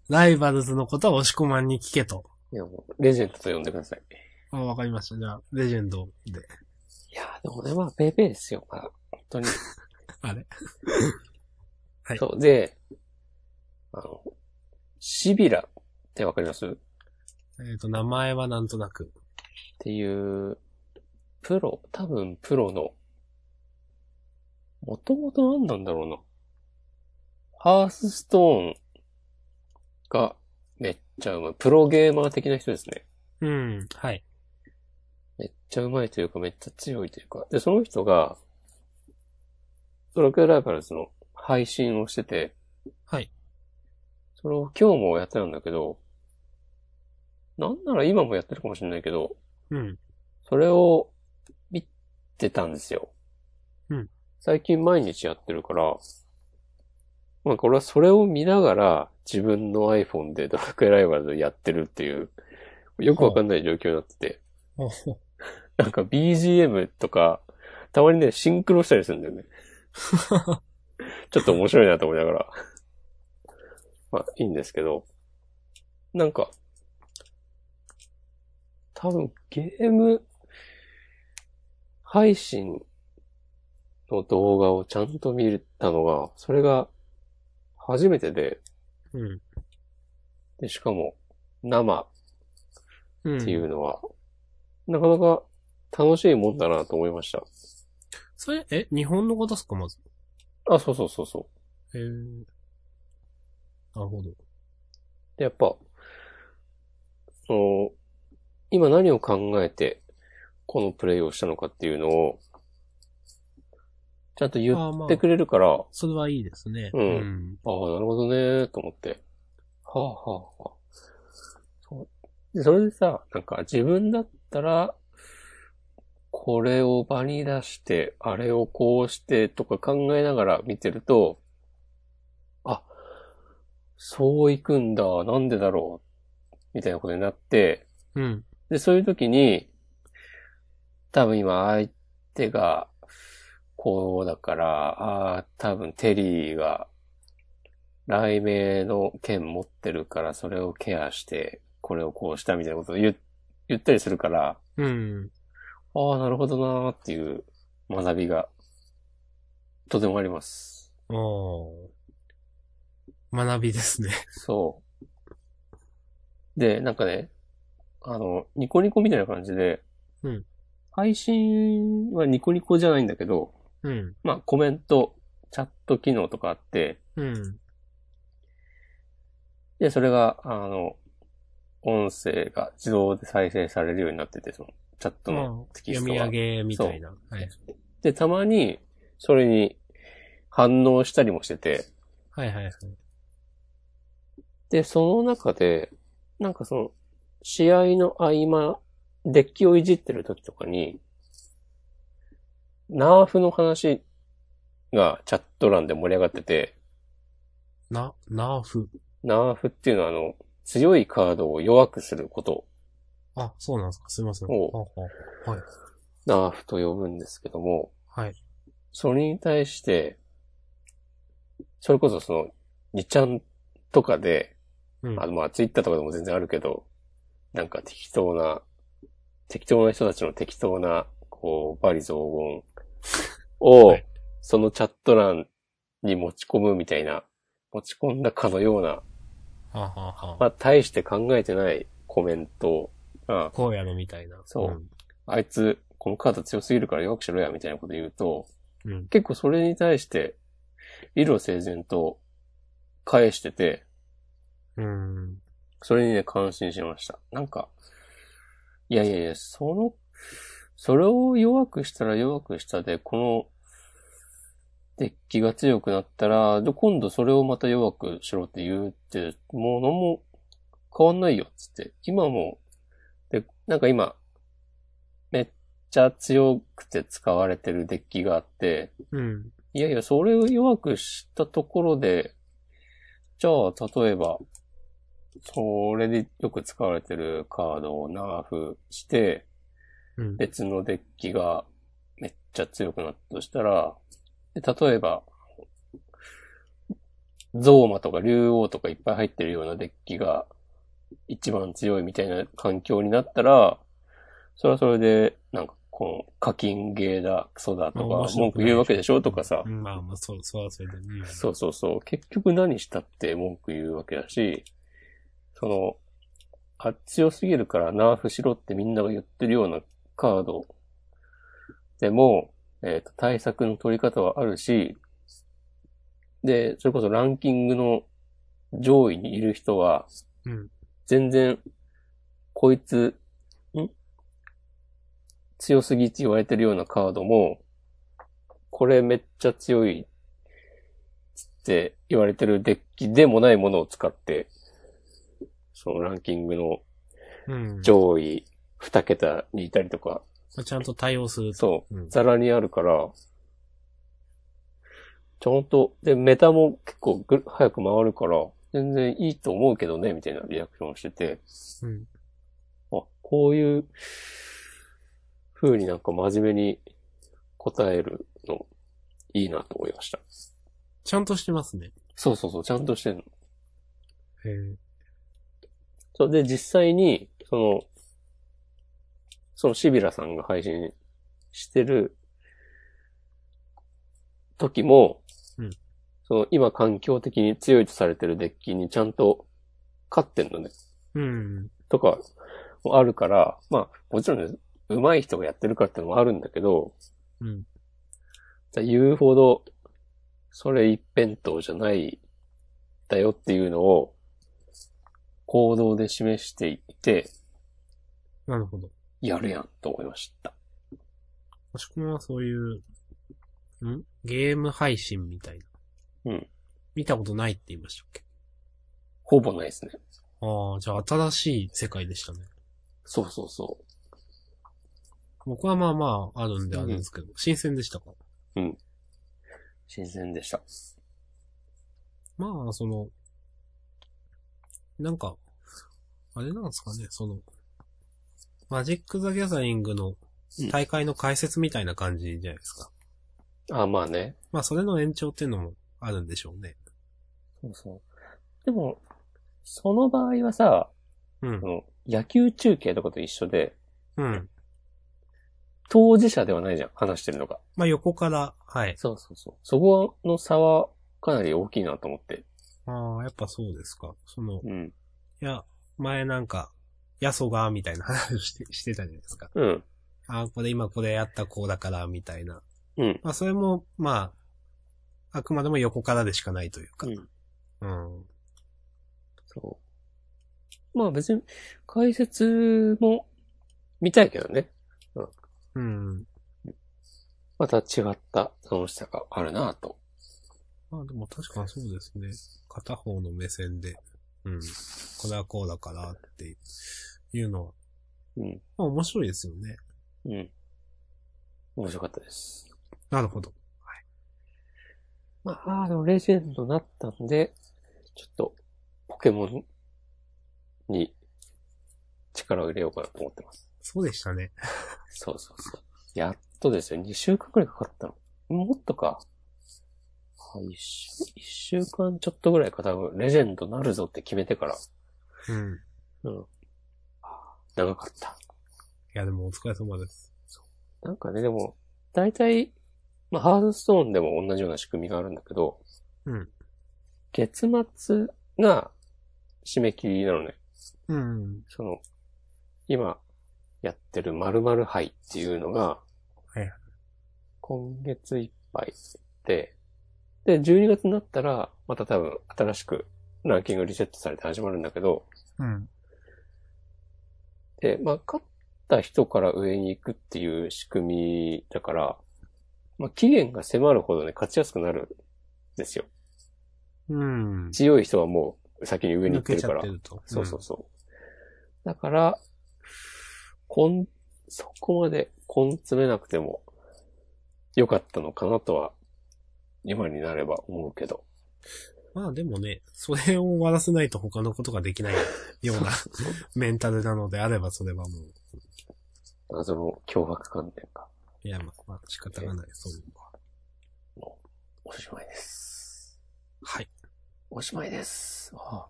ライバルズのことは押し込まんに聞けと。
いや、もう、レジェンドと呼んでください。
あ、わかりました。じゃあ、レジェンドで。
いやー、でもね、まあ、ペーペーですよ、まあ、本当に。
あ れはい
そう、で、あの、シビラってわかりますっ
えっ、と、名前はなんとなく。
ていう、プロ、多分プロの、もともと何なんだろうな。ハースストーンがめっちゃうまい。プロゲーマー的な人ですね。
うん。はい。
めっちゃうまいというか、めっちゃ強いというか。で、その人が、ドラクエライバルズの配信をしてて、
はい。
それを今日もやってたんだけど、なんなら今もやってるかもしれないけど、
うん。
それを見てたんですよ。
うん
最近毎日やってるから、まあこれはそれを見ながら自分の iPhone でドラクエライバルズやってるっていう、よくわかんない状況になってて、
おほ
なんか BGM とか、たまにね、シンクロしたりするん だよね。ちょっと面白いなと思いながら。まあ、いいんですけど。なんか、多分ゲーム配信の動画をちゃんと見たのが、それが初めてで、
うん。
で、しかも生
うん。
っていうのは、なかなか楽しいもんだなと思いました。
それ、え、日本のことっすか、まず。
あ、そうそうそうそう。
へえ。なるほど。
で、やっぱ、その、今何を考えて、このプレイをしたのかっていうのを、ちゃんと言
あーま
って
あ
くれるから、あ、
それはいいですね。
うんあー、なるほどねー、と思って。はあ、はあ、はあ。そう。で、それでさ、なんか自分だったら、これを場に出して、あれをこうしてとか考えながら見てると、あ、そういくんだ、なんでだろう、みたいなことになって、
うん。うん。
で、そういう時に、多分今相手が、こうだから、ああー、多分テリーが、雷鳴の剣持ってるから、それをケアして、これをこうしたみたいなことを言う言ったりするから、
うん。
あああ、なるほどなーっていう学びが、とてもあります。
おー学びですね。
そう。で、なんかね、あの、ニコニコみたいな感じで、
うん
配信はニコニコじゃないんだけど、
うん。
まあコメント、チャット機能とかあって、
うん。
で、それが、あの、音声が自動で再生されるようになってて、その、チャットの
まあ
テキス
読
ト
み
が
上げみたいな。はい。
で、たまに、それに反応したりもしてて、
はいはいはい。
で、その中で、なんかその、試合の合間、デッキをいじってる時とかに、ナーフの話がチャット欄で盛り上がってて、
な、ナーフ。
ナーフっていうのはあの、強いカードを弱くすること、
あ、そうなんですか。すいません。
おう
はあは
ナーフと呼ぶんですけども、
あはい。
それに対して、それこそその、2ちゃんとかで、
うん。
あの、まあ、ツイッターとかでも全然あるけど、なんか適当な、適当な人たちの適当な、こう、バリ雑言を、
はい
そのチャット欄に持ち込むみたいな、持ち込んだかのような、
はあはあはあ。
まあ、大して考えてないコメントが、
こうやるみたいな。
そうあいつ、このカード強すぎるから弱くしろや、みたいなこと言うと、
うん。うん。
結構それに対して、理路整然と返してて、
うん。
それにね、感心しました。なんか、いやいやいや、その、それを弱くしたら弱くしたで、この、デッキが強くなったら、で、今度それをまた弱くしろって言うって、もう何も変わんないよ、つって。今も、で、なんか今、めっちゃ強くて使われてるデッキがあって、
うん。
いやいや、それを弱くしたところで、じゃあ、例えば、それでよく使われてるカードをナーフして、
うん。
別のデッキがめっちゃ強くなったとしたら、で例えば、ゾーマとか竜王とかいっぱい入ってるようなデッキが一番強いみたいな環境になったら、それはそれで、なんか、この課金ゲーだ、クソだと
面
か、
白
文
く
句
ない
言うわけでしょとかさ
う、んまあまあ、そう、そうそれでね。
そうそうそう。結局何したって文句言うわけだし、その、あ強すぎるからナーフしろってみんなが言ってるようなカードでも、えっ、と、対策の取り方はあるし、で、それこそランキングの上位にいる人は、
うん
全然、こいつ、ん強すぎって言われてるようなカードも、これめっちゃ強いって言われてるデッキでもないものを使って、そのランキングの
うん。
上位2桁にいたりとか、
まあちゃんと対応すると。
そうう、
ん
ザラにあるから、ちゃんと、で、メタも結構ぐ早く回るから、全然いいと思うけどね、みたいなリアクションをしてて、
うん。
あ、こういう風になんか真面目に答えるの、いいなと思いました。
ちゃんとしてますね。
そうそうそう、ちゃんとしてんの。
へえ。
そう、で、実際に、その、そのシビラさんが配信してる時も、
うん
その今環境的に強いとされてるデッキにちゃんと勝ってんのね、
うん。
とかもあるから、まあ、もちろんね、上手い人がやってるからってのもあるんだけど、
うん。
じゃあ言うほど、それ一辺倒じゃない、だよっていうのを、行動で示していて、
なるほど。
やるやんと思いました。
もしくはそういう、んゲーム配信みたいな。
うん。
見たことないって言いましたっけ
ほぼないですね。
ああ、じゃあ新しい世界でしたね。
そうそうそ
僕はまあまああるんであるんですけど、新鮮でしたか
う。新鮮でした。
まあ、その、なんか、あれなんですかね、その、マジック・ザ・ギャザリングの
うん
大会の解説みたいな感じじゃないですか。
あ、まあね。
まあ、それの延長っていうのもあるんでしょうね。
そうそう。でも、その場合はさ、
うん
あ。の野球中継とかと一緒で、
うん。
当事者ではないじゃん、話してるのが。
まあ、横から、はい。
そうそうそう。そこの差はかなり大きいなと思って。
ああ、やっぱそうですか。その、
うん。
いや、前なんか、やそが、みたいな話をしてしてたじゃないですか。
うん。
ああ、これ今これやった子だから、みたいな。
うん。
まあ、それも、まあ、あくまでも横からでしかないというか。
うん
うん。
そう。まあ別に、解説も見たいけどね。
うん。
また違った楽しさがあるなぁと。
まあでも確かにそうですね。片方の目線で、うん。これはこうだからっていうのは、
うん。
まあ面白いですよね。
うん。面白かったです。
なるほど。
まあ、あの、レジェンドになったんで、ちょっと、ポケモンに力を入れようかなと思ってます。
そうでしたね。
そうそうそう。やっとですよ。2週間くらいかかったの。もっとか。あ1週、一週間ちょっとぐらいか、多分、レジェンドなるぞって決めてから。
うん。い
うん。長かった。
やでもお疲れ様です。
なんかね、でも、大体、まあ、ハードストーンでも同じような仕組みがあるんだけど、
うん。
月末が締め切りなのね。
うん。
その、今やってる〇〇杯っていうのが、
いはい
今月いっぱいで、で、12月になったら、また多分新しくランキングリセットされて始まるんだけど、
うん。
で、まあ、勝った人から上に行くっていう仕組みだから、まあ、期限が迫るほどね、勝ちやすくなるんですよ。
うん。
強い人はもう先に上に行っ
抜
て
け
る
ちゃ
から
って。ると。
そうそうそう。だから、こん、そこまで根詰めなくても良かったのかなとは、今になれば思うけど。
うん。まあでもね、それを終わらせないと他のことができないよ うなメンタルなのであればそれはもう、
謎の脅迫観念が
いやまあまあ仕方がない。そういうのは。
おしまいです。
はい。
おしまいです。あ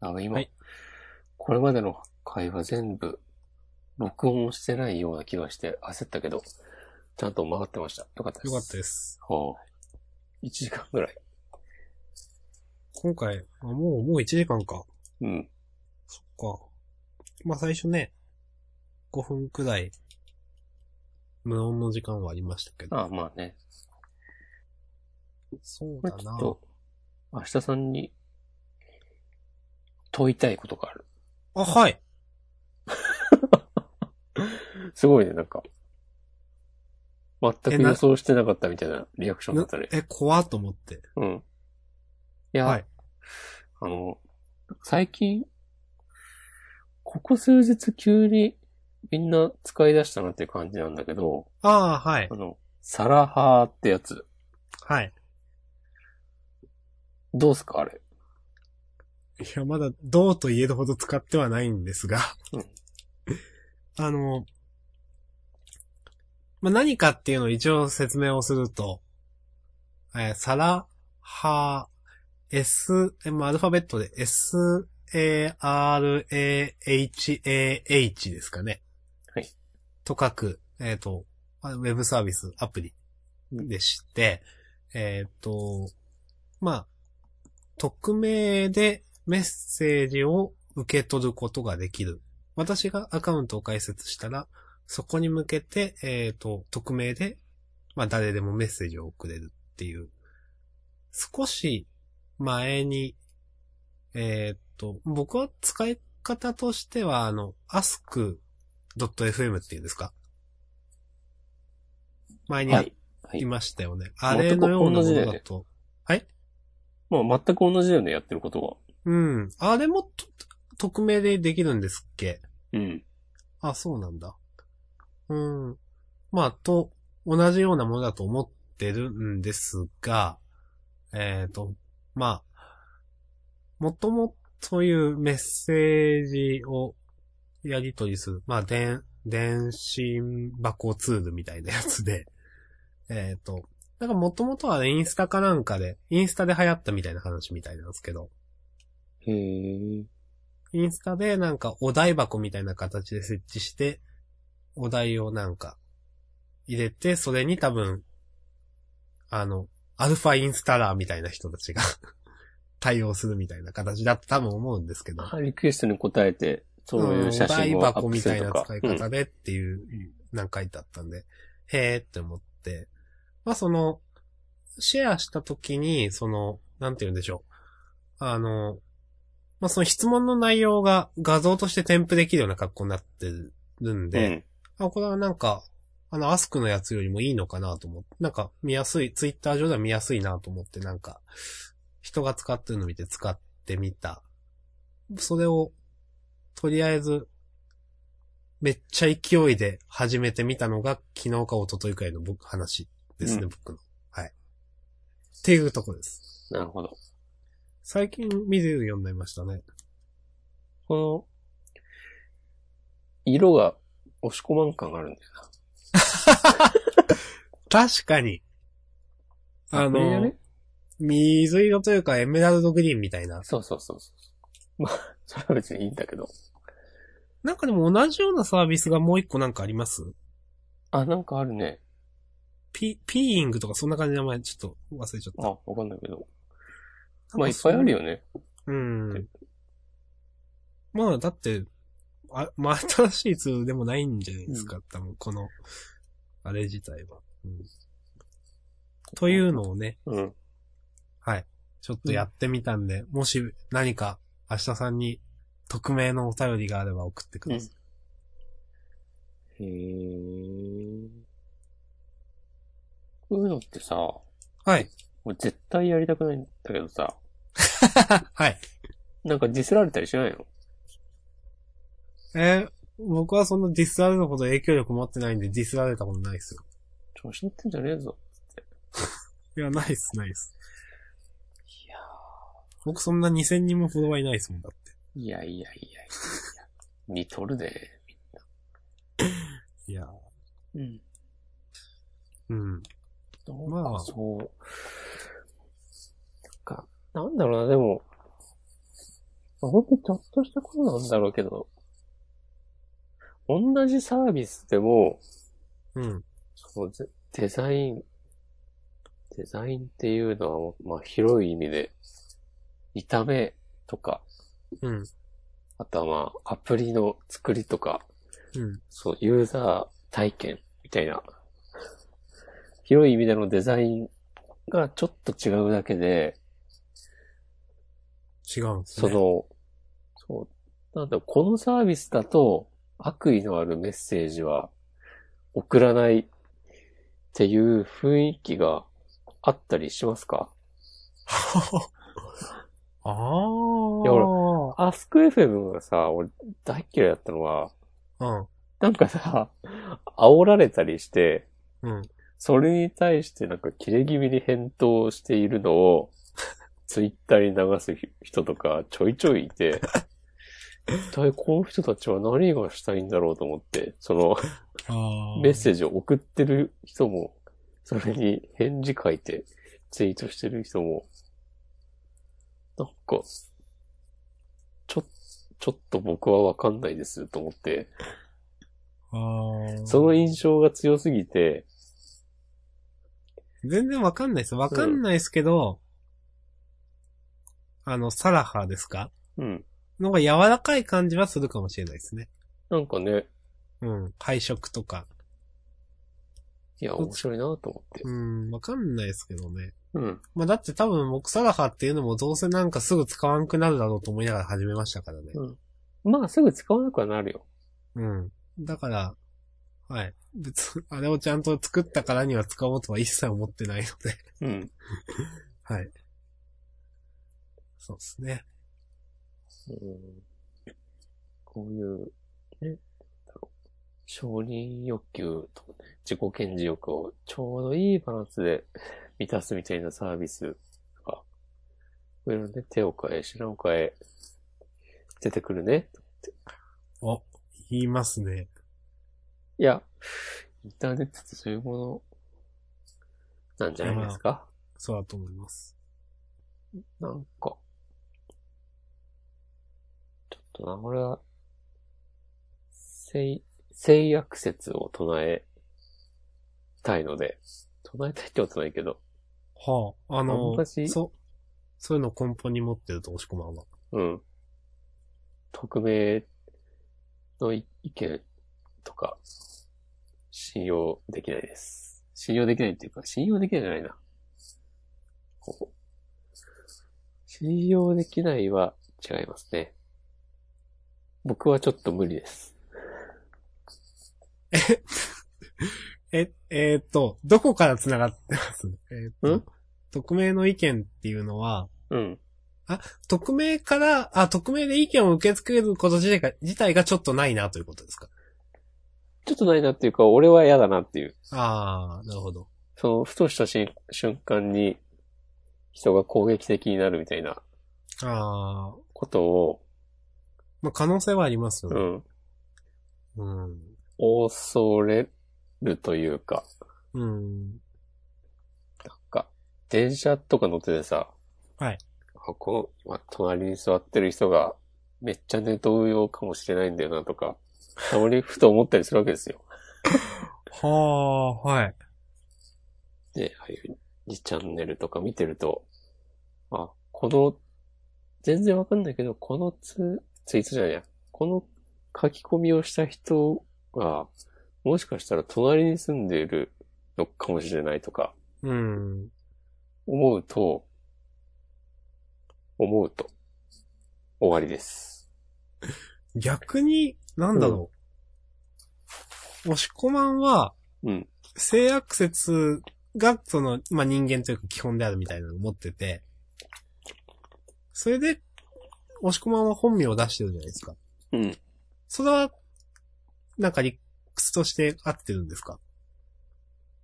あ。あの、今、
はい
これまでの会話全部、録音をしてないような気がして焦ったけど、ちゃんと回ってました。よかったです。
よかったです。
はあ。1時間ぐらい。
今回、あもう、もう1時間か。
うん。
そっか。まあ最初ね、5分くらい、無音の時間はありましたけど。
ああ、まあね。
そう
これ
だ
ちょ
な
っ。と、明日さんに問いたいことがある。
あ、はい。
すごいね、なんか。全く予想してなかったみたいなリアクションだったね。
え、怖っと思って。
うん。いや、
はい
あの、最近、ここ数日急にみんな使い出したなっていう感じなんだけど、
ああ、はい
あ。の、サラハーってやつ、
はい。
どうすかあれ。
いや、まだ、どうと言えるほど使ってはないんですが
うん。
あの、まあ、何かっていうのを一応説明をすると、えーサラ、ハー、S、えまあアルファベットで S、A、R、A、H、A、H ですかね。
はい。
と書く、えっ、と、あウェブサービス、アプリでして、えっ、と、まあ、匿名でメッセージを受け取ることができる。私がアカウントを開設したら、そこに向けて、えっ、と、匿名で、まあ、誰でもメッセージを送れるっていう。少し前に、えっ、と、僕は使い方としては、あの、ask.fm っていうんですか前に
は
やっ
い。はいい。
ましたよね。あれのようなものだと。
まあ全く同じだよね、やってること
うん。あれもと、匿名でできるんですっけ
は。うん。
あ、そうなんだ。うん。まあ、と、同じようなものだと思ってるんですが、えっ、と、まあ、もともというメッセージをやり取りする、まあ、電、電信箱ツールみたいなやつで、 えっ、と、なんかもともとはインスタかなんかで、インスタで流行ったみたいな話みたいなんですけど、
へえ。
インスタでなんかお題箱みたいな形で設置して、お題をなんか入れて、それに多分、あの、アルファインスタラーみたいな人たちが 対応するみたいな形だと多分思うんですけど。
あリクエストに答えて、そういう写真を
お台
アッ
箱
プ
み
す
た
る
い
と
な
か。
使いう方
ん
でっていう、なんか書いてあったんで、へーって思って。まあその、シェアした時に、その、なんて言うんでしょう。あの、まあその質問の内容が画像として添付できるような格好になってるんで、あ、これはなんか、あの、アスクのやつよりもいいのかなと思って、なんか見やすい、ツイッター上では見やすいなと思って、なんか、人が使ってるの見て使ってみた。それを、とりあえず、めっちゃ勢いで始めてみたのが、昨日か一昨日くらいの僕、話ですね、
うん
僕の。はい。っていうとこです。
なるほど。
最近見れるようになりましたね。
この、色が押し込まん感があるんだよな。
確かに。あ
これや
の
ね、
水色というかエメラルドグリーンみたいな。
そうそうそうそう。まあ、 それは別にいいんだけど。
なんかでも同じようなサービスがもう一個なんかあります
あ、なんかあるね。
ピ、ピーイングとかそんな感じの名前ちょっと忘れちゃった。
あ、わかんないけど。まあ、い
なんか
っ
そ
ぱ
う
いある。よね。
うん。まあ、だって、あ、 まあ、新しいツールでもないんじゃないですか、多分、この、あれ自体は、うん。というのをね、
うん。
はい。ちょっとやってみたんで、もし何か明日さんに匿名のお便りがあれば送ってください。
へー。こういうのってさ、も
はい。
う絶対やりたくないんだけどさ、
はい。
なんかディスられたりしないの
えー僕はそんなディスられるほど影響力持ってないんでディスられたことないですよ。
調子乗ってんじゃねえぞ。
いや、ないっす、ないっす。僕そんな2000人もフォロワーいないですもんだっ
いやいやいやいやいや。見とるで。
て。いや、
うん。
うん。
ま
ま
あ、
あ
そう。なんか、なんだろうな、でも、まあ、ほんとちょっとしたことなんだろうけど、同じサービスでも、
うん。
そのぜデザイン、デザインっていうのは、まあ、広い意味で、見た目とか、
うん。
あとはまあ、アプリの作りとか、
うん。
そう、ユーザー体験みたいな、広い意味でのデザインがちょっと違うだけで、
違うんです
そ
ね。
の、そう、なんだろう、このサービスだと悪意のあるメッセージは送らないっていう雰囲気があったりしますか
ああ
いや
ー。
アスク FM がさ、俺大嫌いだったのは、
うん。
なんかさ、煽られたりして、
うん。
それに対してなんか切れ気味に返答しているのを、 ツイッターに流す人とかちょいちょいいて、一体この人たちは何がしたいんだろうと思って、その
あ
メッセージを送ってる人も、それに返事書いてツイートしてる人も、なんか、ちょ、ちょっと僕はわかんないですと思って、
あー
その印象が強すぎて、
全然わかんないです。わかんないですけど、あの、サラハですか
うん。
のが柔らかい感じはするかもしれないですね。
なんかね、
うん。配色とか。
いや、面白いなと思って
う。ん、わかんないですけどね。
うん。
まあだって多分僕サラハっていうのもどうせなんかすぐ使わんくなるだろうと思いながら始めましたからね。
まあ、すぐ使わなくはなるよ。
うん。だから、はい。別、あれをちゃんと作ったからには使おうとは一切思ってないので。
うん。
はい。そうですね。
こういう、ね、なんだろう承認欲求とね、自己顕示欲をちょうどいいバランスで満たすみたいなサービスとか、こういうのね、手を変え、品を変え、出てくるね。
お、言いますね。
いや、インターネットってそういうものなんじゃないですか。
そうだと思います。
なんか、ちょっとな、俺は、性、性悪説を唱え、たいので、唱えたいってことないけど、
はあ、あの、
昔
そ、そういうの根本に持ってると、押し込まんは。
うん。匿名の意意見とか、信用できないです。信用できないっていうか、信用できないじゃないな。こう。信用できないは違いますね。僕はちょっと無理です。
え、えーっと、どこから繋がってます えーっ
ん
と、匿名の意見っていうのは、
うん。
匿名から、あ、匿名で意見を受け付けること自体が、自体がちょっとないなということですか。
ちょっとないなっていうか、俺は嫌だなっていう。
ああ、なるほど。
その、ふとしたし瞬間に、人が攻撃的になるみたいな
ああ、
ことを、
まあ、可能性はありますよ
う
ね。
ん、
うん。
恐れるというか、
うん。
なんか、電車とか乗っててさ、
はい。
あ、この、今、隣に座ってる人が、めっちゃ寝同様かもしれないんだよなとか、たまにふと思ったりするわけですよ。
はあ、はい。
で、ああいう2チャンネルとか見てると、あ、この、全然わかんないけど、このツツイートじゃないや、この書き込みをした人が、もしかしたら隣に住んでいるのかもしれないとか、
うん。
思うと、思うと、終わりです。
逆に、なんだろう。押し込まんは、
うん。
性アクセスが、その、まあ、人間というか基本であるみたいなのを持ってて、それで、押し込まんは本名を出してるじゃないですか。
うん。
それは、なんか理屈として合ってるんですか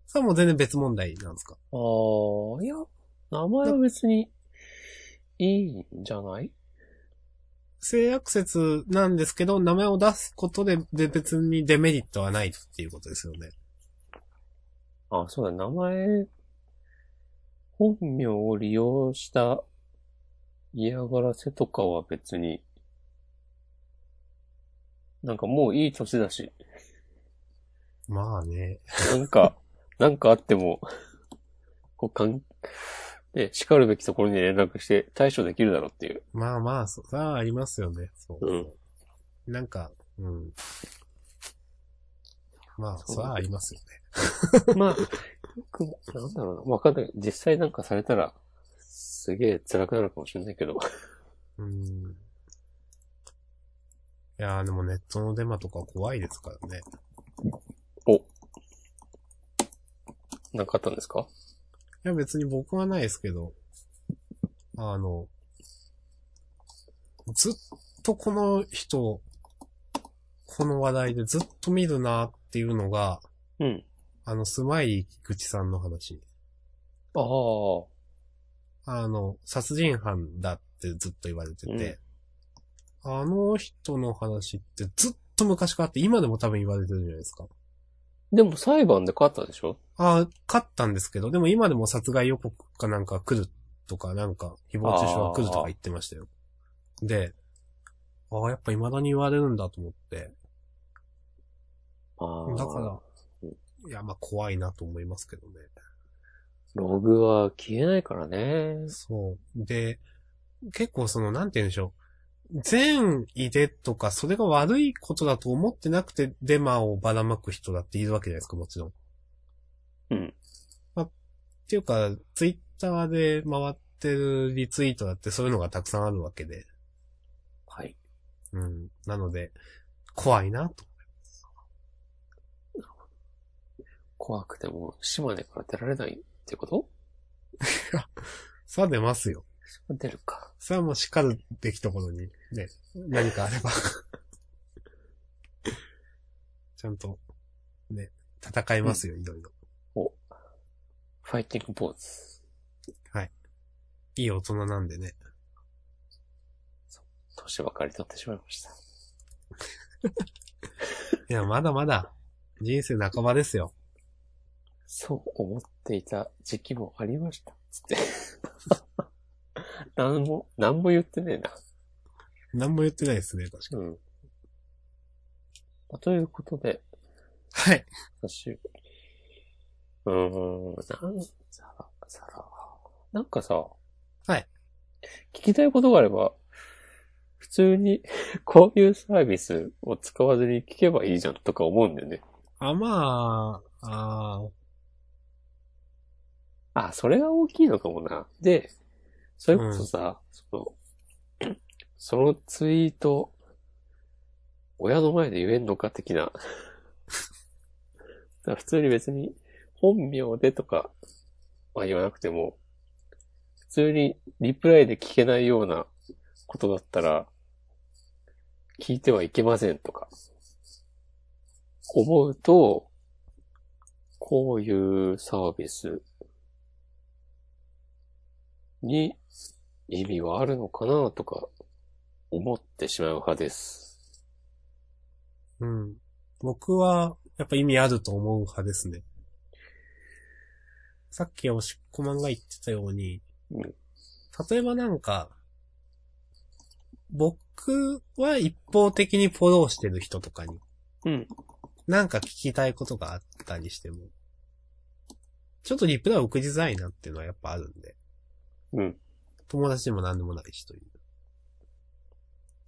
それはもう全然別問題なんですか
ああ、いや、名前は別にいいんじゃない
性アクセスなんですけど、名前を出すことで、で別にデメリットはないっていうことですよね。
あ、そうだ、名前、本名を利用した嫌がらせとかは別に、なんかもういい年だし、
まあね。
なん か、なんかあっても、こう、かん、ね、叱るべきところに連絡して対処できるだろうっていう。
まあまあ、そ、それはありますよね。そう。
うん
なんか、うん。まあ、
そう
それはありますよね。
まあ、よく、なんだろうな、わかんない。実際なんかされたら、すげえ辛くなるかもしれないけど。
うん。いやーでもネットのデマとか怖いですからね。
お。なんかあったんですか
いや別に僕はないですけど、あの、ずっとこの人、この話題でずっと見るなっていうのが、
うん。
あの、スマイリー菊池さんの話。
ああ。
あの、殺人犯だってずっと言われてて、あの人の話ってずっと昔からあって、今でも多分言われてるじゃないですか。
でも裁判で勝ったでしょ
ああ、勝ったんですけど、でも今でも殺害予告かなんか来るとか、なんか、誹謗中傷が来るとか言ってましたよ。で、ああ、やっぱ未だに言われるんだと思って、
あ
だ
あ。
から、いや、まあ怖いなと思いますけどね。
ログは消えないからね。
そう。で、結構その、なんて言うんでしょう。善意でとか、それが悪いことだと思ってなくてデマをばらまく人だっているわけじゃないですか、もちろん。
うん。
まあ、っていうか、ツイッターで回ってるリツイートだってそういうのがたくさんあるわけで。
はい。
うん。なので、怖いなと。
怖くても、島根から出られないってこと
さあ出ますよ。
出るか。
さあもう叱るべきところに、ね、何かあれば。ちゃんと、ね、戦いますよ、いろいろ。
ファイティングポーズ。
いい大人なんでね。
年ばかり取ってしまいました。
いや、まだまだ、人生半ばですよ。
そう思っていた時期もありました。つって。 何も、何も言ってねえな。
何も言ってないですね、確か
うん。まあということで、
に。はい。
私、うーん、なんさら、さら、なんかさ、
はい。
聞きたいことがあれば、普通に こういうサービスを使わずに聞けばいいじゃんとか思うんだよね。
あ、まあ、あー
あ、それが大きいのかもな。で、それこそさ、その、 そのツイート、親の前で言えんのか的な。 だから普通に別に、本名でとかは言わなくても、普通にリプライで聞けないようなことだったら、聞いてはいけませんとか、思うと、こういうサービスに意味はあるのかなとか思ってしまう派です。
うん。僕は、やっぱ意味あると思う派ですね。さっきおしっこマンが言ってたように、
うん
例えばなんか、僕は一方的にフォローしてる人とかに、
うん。
なんか聞きたいことがあったりしても、ちょっとリプライ送りづらいなっていうのはやっぱあるんで。
うん。
友達でも何でもないしという。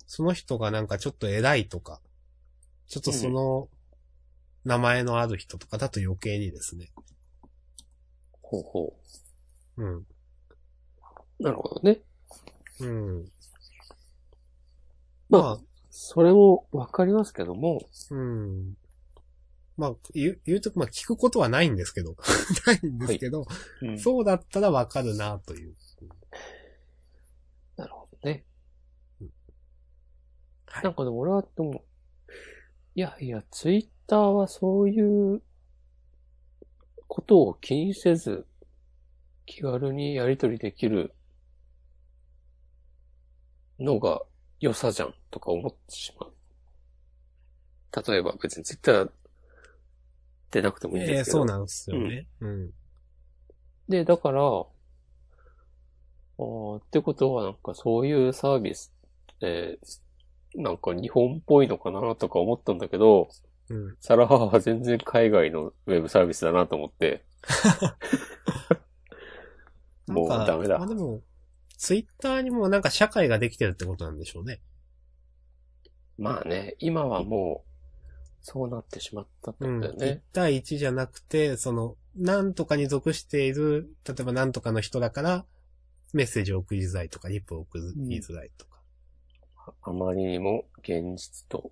その人がなんかちょっと偉いとか、ちょっとその名前のある人とかだと余計にですね。
ほうほ
うん。
う。なるほどね。
うん。
まあ、
まあ、
それもわかりますけども、
うん。まあ、言う、言うと、まあ聞くことはないんですけど。 ないんですけど、
う。
そうだったらわかるなという。
なるほどね。
はい
なんかでも俺はでも、いやいや、ツイッターはそういうことを気にせず、気軽にやりとりできるのが良さじゃんとか思ってしまう。例えば別にツイッターでなくてもいい
ええ
んですけど。
そうなんですよね。うん。
で、だから、あーってことはなんかそういうサービスって、なんか日本っぽいのかなとか思ったんだけど、
うん。
サラハは全然海外のウェブサービスだなと思って。もう
なんか
ダメだ
まあでも、ツイッターにもなんか社会ができてるってことなんでしょうね。
まあね、今はもう、そうなってしまったって
う
こ
ん。
とだよね
1。対1じゃなくて、その、なんとかに属している、例えばなんとかの人だから、メッセージを送りづらいとか、リップを送りづらいとか。
あまりにも現実と、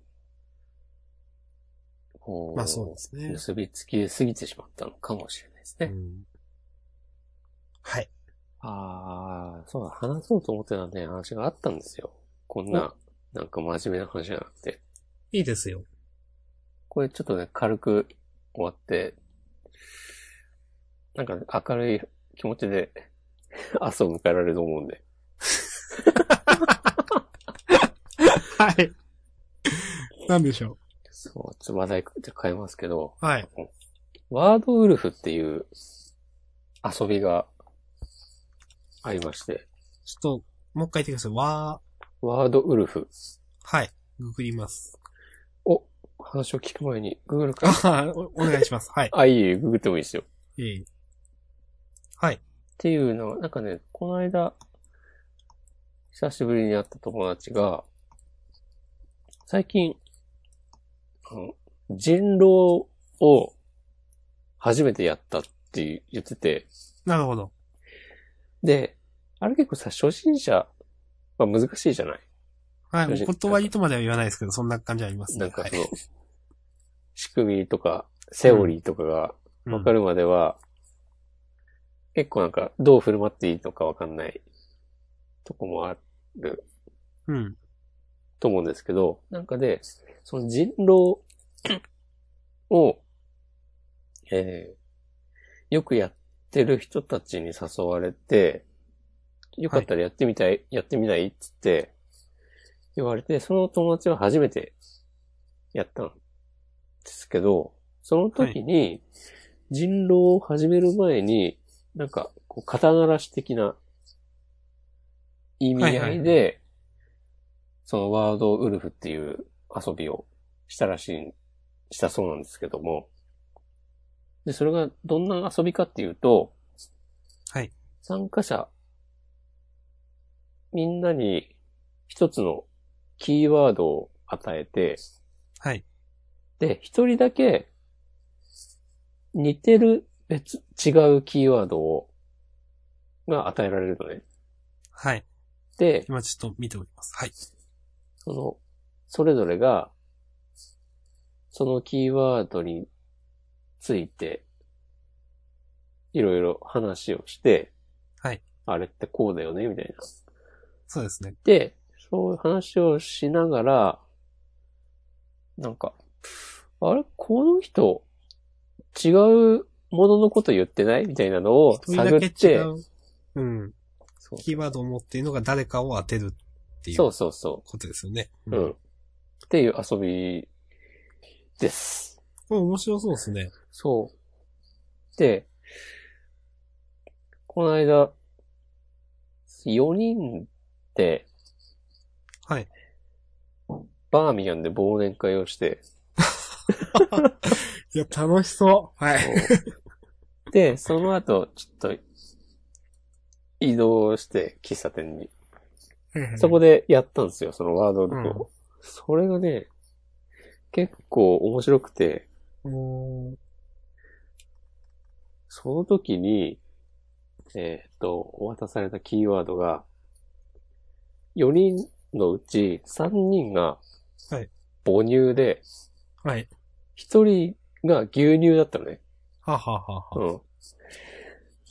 こう、
まあそうですね。
結びつきすぎてしまったのかもしれないです
う
ね。
ん、はい。
ああ、そうだ、話そうと思ってたね、話があったんですよ。こんな、なんか真面目な話じゃなくて。
いいですよ。
これちょっとね、軽く終わって、なんかね、明るい気持ちで、 明日を迎えられると思うんで。
はい。なんでしょ
そう、ちょっと話題じゃ変えますけど、
う。はい。
ワードウルフっていう遊びがありまして、
ちょっと、もう一回言ってください。わ
ワードウル
ー。
フ。
はい。ググります。
お、話を聞く前に、Google か
あ
ら。
ーおお願いします。はい。
あ、いいよ、ググってもいいですよ。
えい
っていうのは、なんかね、この間、久しぶりに会った友達が、最近、あの人狼を初めてやったって言ってて、
なるほど。
で、あれ結構さ、初心者、まあ難しいじゃない
はい。
よし
お断りとまでは言わないですけど、そんな感じありますね。
なんか
はい
その、仕組みとか、セオリーとかが
うん
わかるまでは、結構なんか、どう振る舞っていいのかわかんないとこもある
うん。
と思うんですけど、なんかで、その人狼を、えーよくやってる人たちに誘われて、よかったらやってみたい、やってみないっつって、言われて、その友達は初めてやったんですけど、その時に、人狼を始める前に、なんか、こう、肩慣らし的な意味合いで、
はいはい
そのワードウルフっていう遊びをしたらしい、したそうなんですけども、で、それがどんな遊びかっていうと、
はい。
参加者、みんなに一つのキーワードを与えて、
はい。
で、一人だけ似てる別、違うキーワードを、が与えられるのね。
はい。
で、
今ちょっと見ておきます。はい。
その、それぞれが、そのキーワードについて、いろいろ話をして、
はい。
あれってこうだよね、みたいな。
そうですね。
で、そういう話をしながら、なんか、あれこの人、違うもののこと言ってないみたいなのを
一人
探
だ
っ
け
て、
違う、うん。
そう
キーワードを持っているのが誰かを当てるってい
そううそうそ
ことですよね。
う。うん。。っていう遊びです。
これ面白そうですね。
そう。で、この間、4人で
はい。
バーミヤンで忘年会をして、
いや、楽しそう。はい。
そう で、その後、ちょっと、移動して、喫茶店に。そこ
で。
でやったんですよ、そのワードル
うん
と。それがね、結構面白くて、
おー
その時に、えーっと、お渡されたキーワードが、4人のうち3人が
はい、
母乳で、
はい。
1人が牛乳だったのね。
はははは。
うん。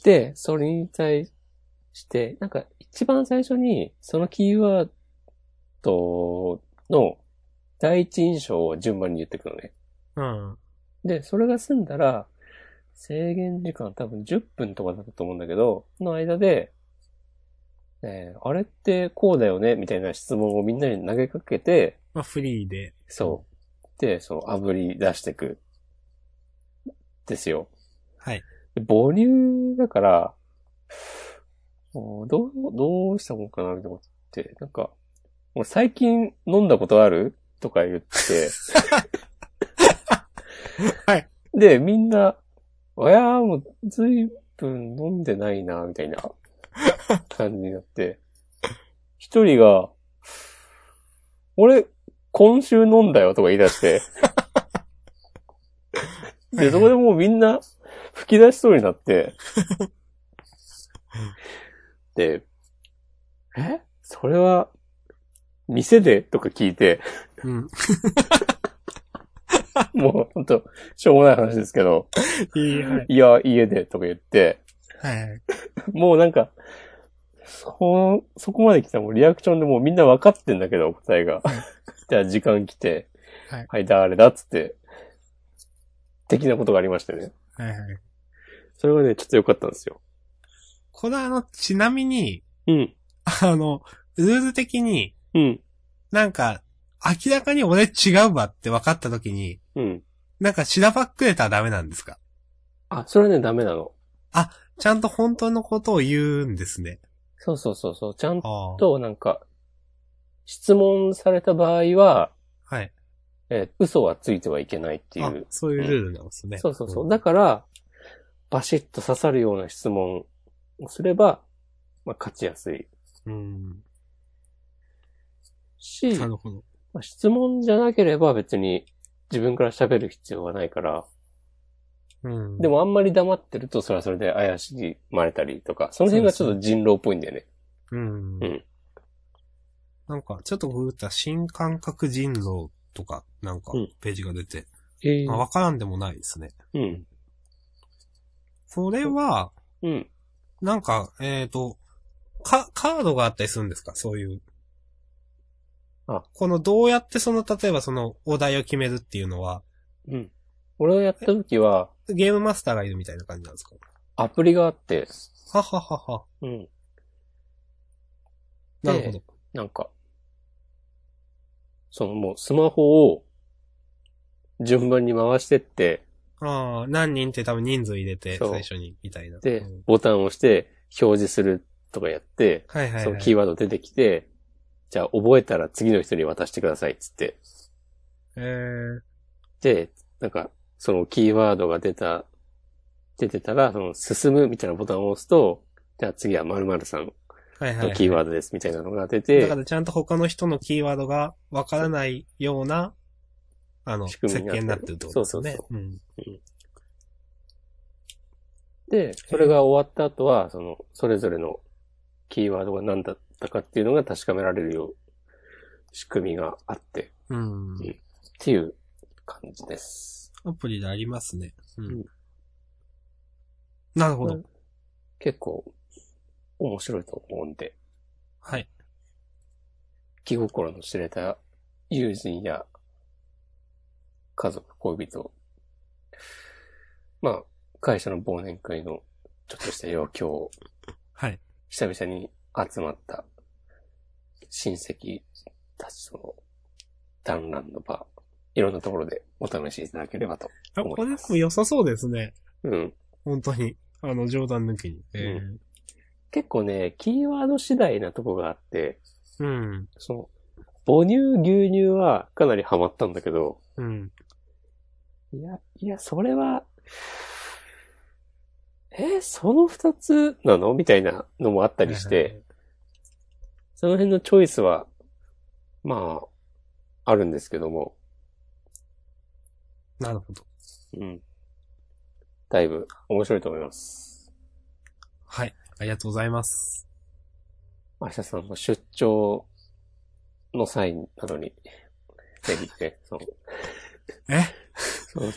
で、それに対して、なんか一番最初に、そのキーワードの第一印象を順番に言ってくのね。
うん。
で、それが済んだら、制限時間多分10分とかだったと思うんだけど、の間で、えーあれってこうだよねみたいな質問をみんなに投げかけて、
まあ、フリーで。
そう。で、その炙り出してく。ですよ。
はい。
で母乳だから、もうどう、どうしたもんかなと思って、なんか、俺最近飲んだことあるとか言って、
はい。
で、みんな、おやーもうずいぶん飲んでないな、みたいな感じになって、一人が、俺、今週飲んだよとか言い出して、で、そこでもうみんな吹き出しそうになって、で、えそれは、店でとか聞いて、
うん。
もうほんと、しょうもない話ですけど、
いい、はい。
いや、家でとか言って、
はい。
もうなんか、そ、そこまで来たらもうリアクションでもうみんな分かってんだけど、答えが。じゃあ時間来て、
はい
誰だっつって、的なことがありましたね。
はいはい。
それがね、ちょっと良かったんですよ。
これはあの、ちなみに、
うん。
あの、ルール的に、
うん。
なんか、明らかに俺違うわって分かった時に、
うん。
なんかしらばっくれたらダメなんですか
あ、それはね、ダメなの。
ちゃんと本当のことを言うんですね。
そうそうそうそう。ちゃん
ああ。
と、なんか、質問された場合は、
はい。
えー嘘はついてはいけないってい
あ
う。
そういうルールなんですね。
そうそうそう。
ん
だから、バシッと刺さるような質問をすれば、まあ、勝ちやすい
うん。
し、
なるほど。
まあ、質問じゃなければ別に自分から喋る必要はないから、
うん。
で、もあんまり黙ってるとそれはそれで怪しまれたりとか、その辺がちょっと人狼っぽいんだよね。
うん。
うん
なんか、ちょっとググったら新感覚人狼とか、なんか
うん、
ページが出て、
え
まあ、わからんでもないですね。
うん。
それは、
うん。
なんか、えっ、と、か、カードがあったりするんですかそういう。
あ
この、どうやってその、例えばその、お題を決めるっていうのは、
うん。俺がやった時は、
ゲームマスターがいるみたいな感じなんですか
アプリがあって、
はははは。
うん。
なるほど。
なんか、そのもうスマホを順番に回してって、
ああ、何人って多分人数入れて、
そう
最初に、みたいな。
で
うん、
ボタンを押して表示するとかやって、
はいはい、
その
はい。
キーワード出てきて、じゃあ覚えたら次の人に渡してくださいっつって。
えー、
で、なんか、そのキーワードが出た出てたら、その、進むみたいなボタンを押すと、じゃあ次は〇〇さん
はいは
の
い。
キーワードですみたいなのが出
だ
て
か、らちゃんと他の人のキーワードがわからないような、あの、
仕組
設
みになって
計になってる
る
ってことですよね。
そうそう
うん。
で、それが終わった後は、その、それぞれのキーワードが何だったかっていうのが確かめられるよう、仕組みがあって、
うん。
っていう感じです。
アプリでありますね。うん。
うん
なるほど。
うん結構、面白いと思うんで、
はい。
気心の知れた友人や、家族、恋人、まあ、会社の忘年会のちょっとした要求を
はい。
久々に集まった親戚たちとの団らんの場、いろんなところでお試しいただければと。
あ、これでも良さそうですね。
うん。
本当に。あの、冗談抜きに。え
結構ね、キーワード次第なとこがあって、
ーうん。
その、母乳、牛乳はかなりハマったんだけど、
うん。
いや、いや、それは、えーその二つなのみたいなのもあったりして、その辺のチョイスは、まあ、あるんですけども、
なるほど。
うん。だいぶ面白いと思います。
はい。ありがとうございます。
明日さんも出張の際などに、ぜひ ね、その、
え
その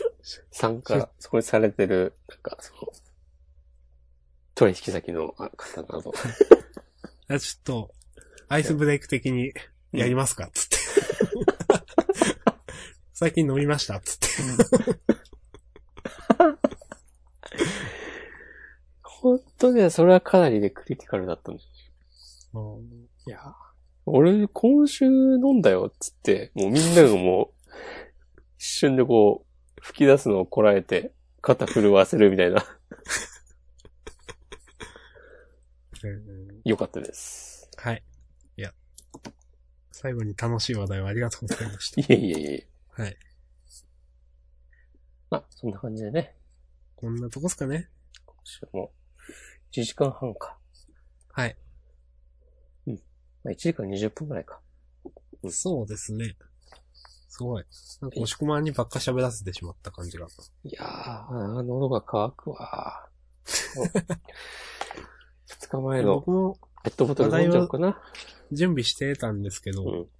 参加、そこにされてる、なんか、その、取引先の方など、
あちょっと、アイスブレイク的にやりますかつ って。最近飲みましたつって。
本当ね、それはかなりね、クリティカルだったんです。いや、俺、今週飲んだよ、っつって、もうみんながもう、一瞬でこう、吹き出すのをこらえて、肩震わせるみたいな。 良かったです。
はい。いや。最後に楽しい話題をありがとうございま した。
いえいえいえ。
はい。
まあ、そんな感じでね、
こんなとこっすかね
今週も、1時間半か。
はい。
まあ、1時間20分くらいか。うん
そうですね。すごい。なんか押し込まんにばっか喋らせてしまった感じが。
いやー、喉が渇くわ。2日前の
僕も
ペットボトル飲んじゃおうかな。
準備してたんですけど、
うん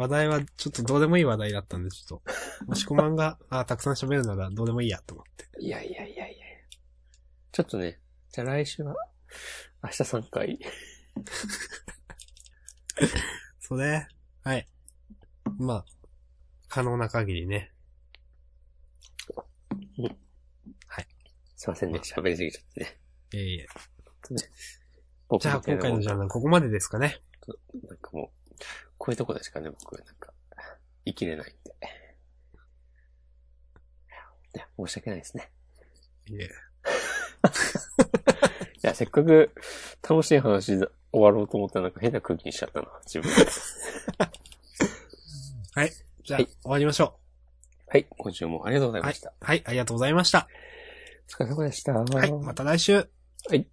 話題はちょっとどうでもいい話題だったんで、ちょ っと、押し込まんが、あたくさん喋るならどうでもいいやと思って。
いやいやいやいやちょっとね、じゃあ来週は、明日3回。
それ、はい。まあ、可能な限りね。
すいませんね、喋りすぎちゃってね。
いえいえ。
僕
じゃあ
みたい
今
な
回
も
の
ん
ジャンルはここまでですかね。
なんかもう、こういうとこでしかね、僕、なんか、生きれないんで。いや、申し訳ないですね。
いえ。
いや、せっかく楽しい話だ終わろうと思ったらなんか変な空気にしちゃったな、自分。
じゃあ、
はい
終わりましょ
はい、今週もありがとうござ
う。
い
は
ま
い
した。。
はい、ありがとうございました。
お疲れ様でした。
はい、また来週。
はい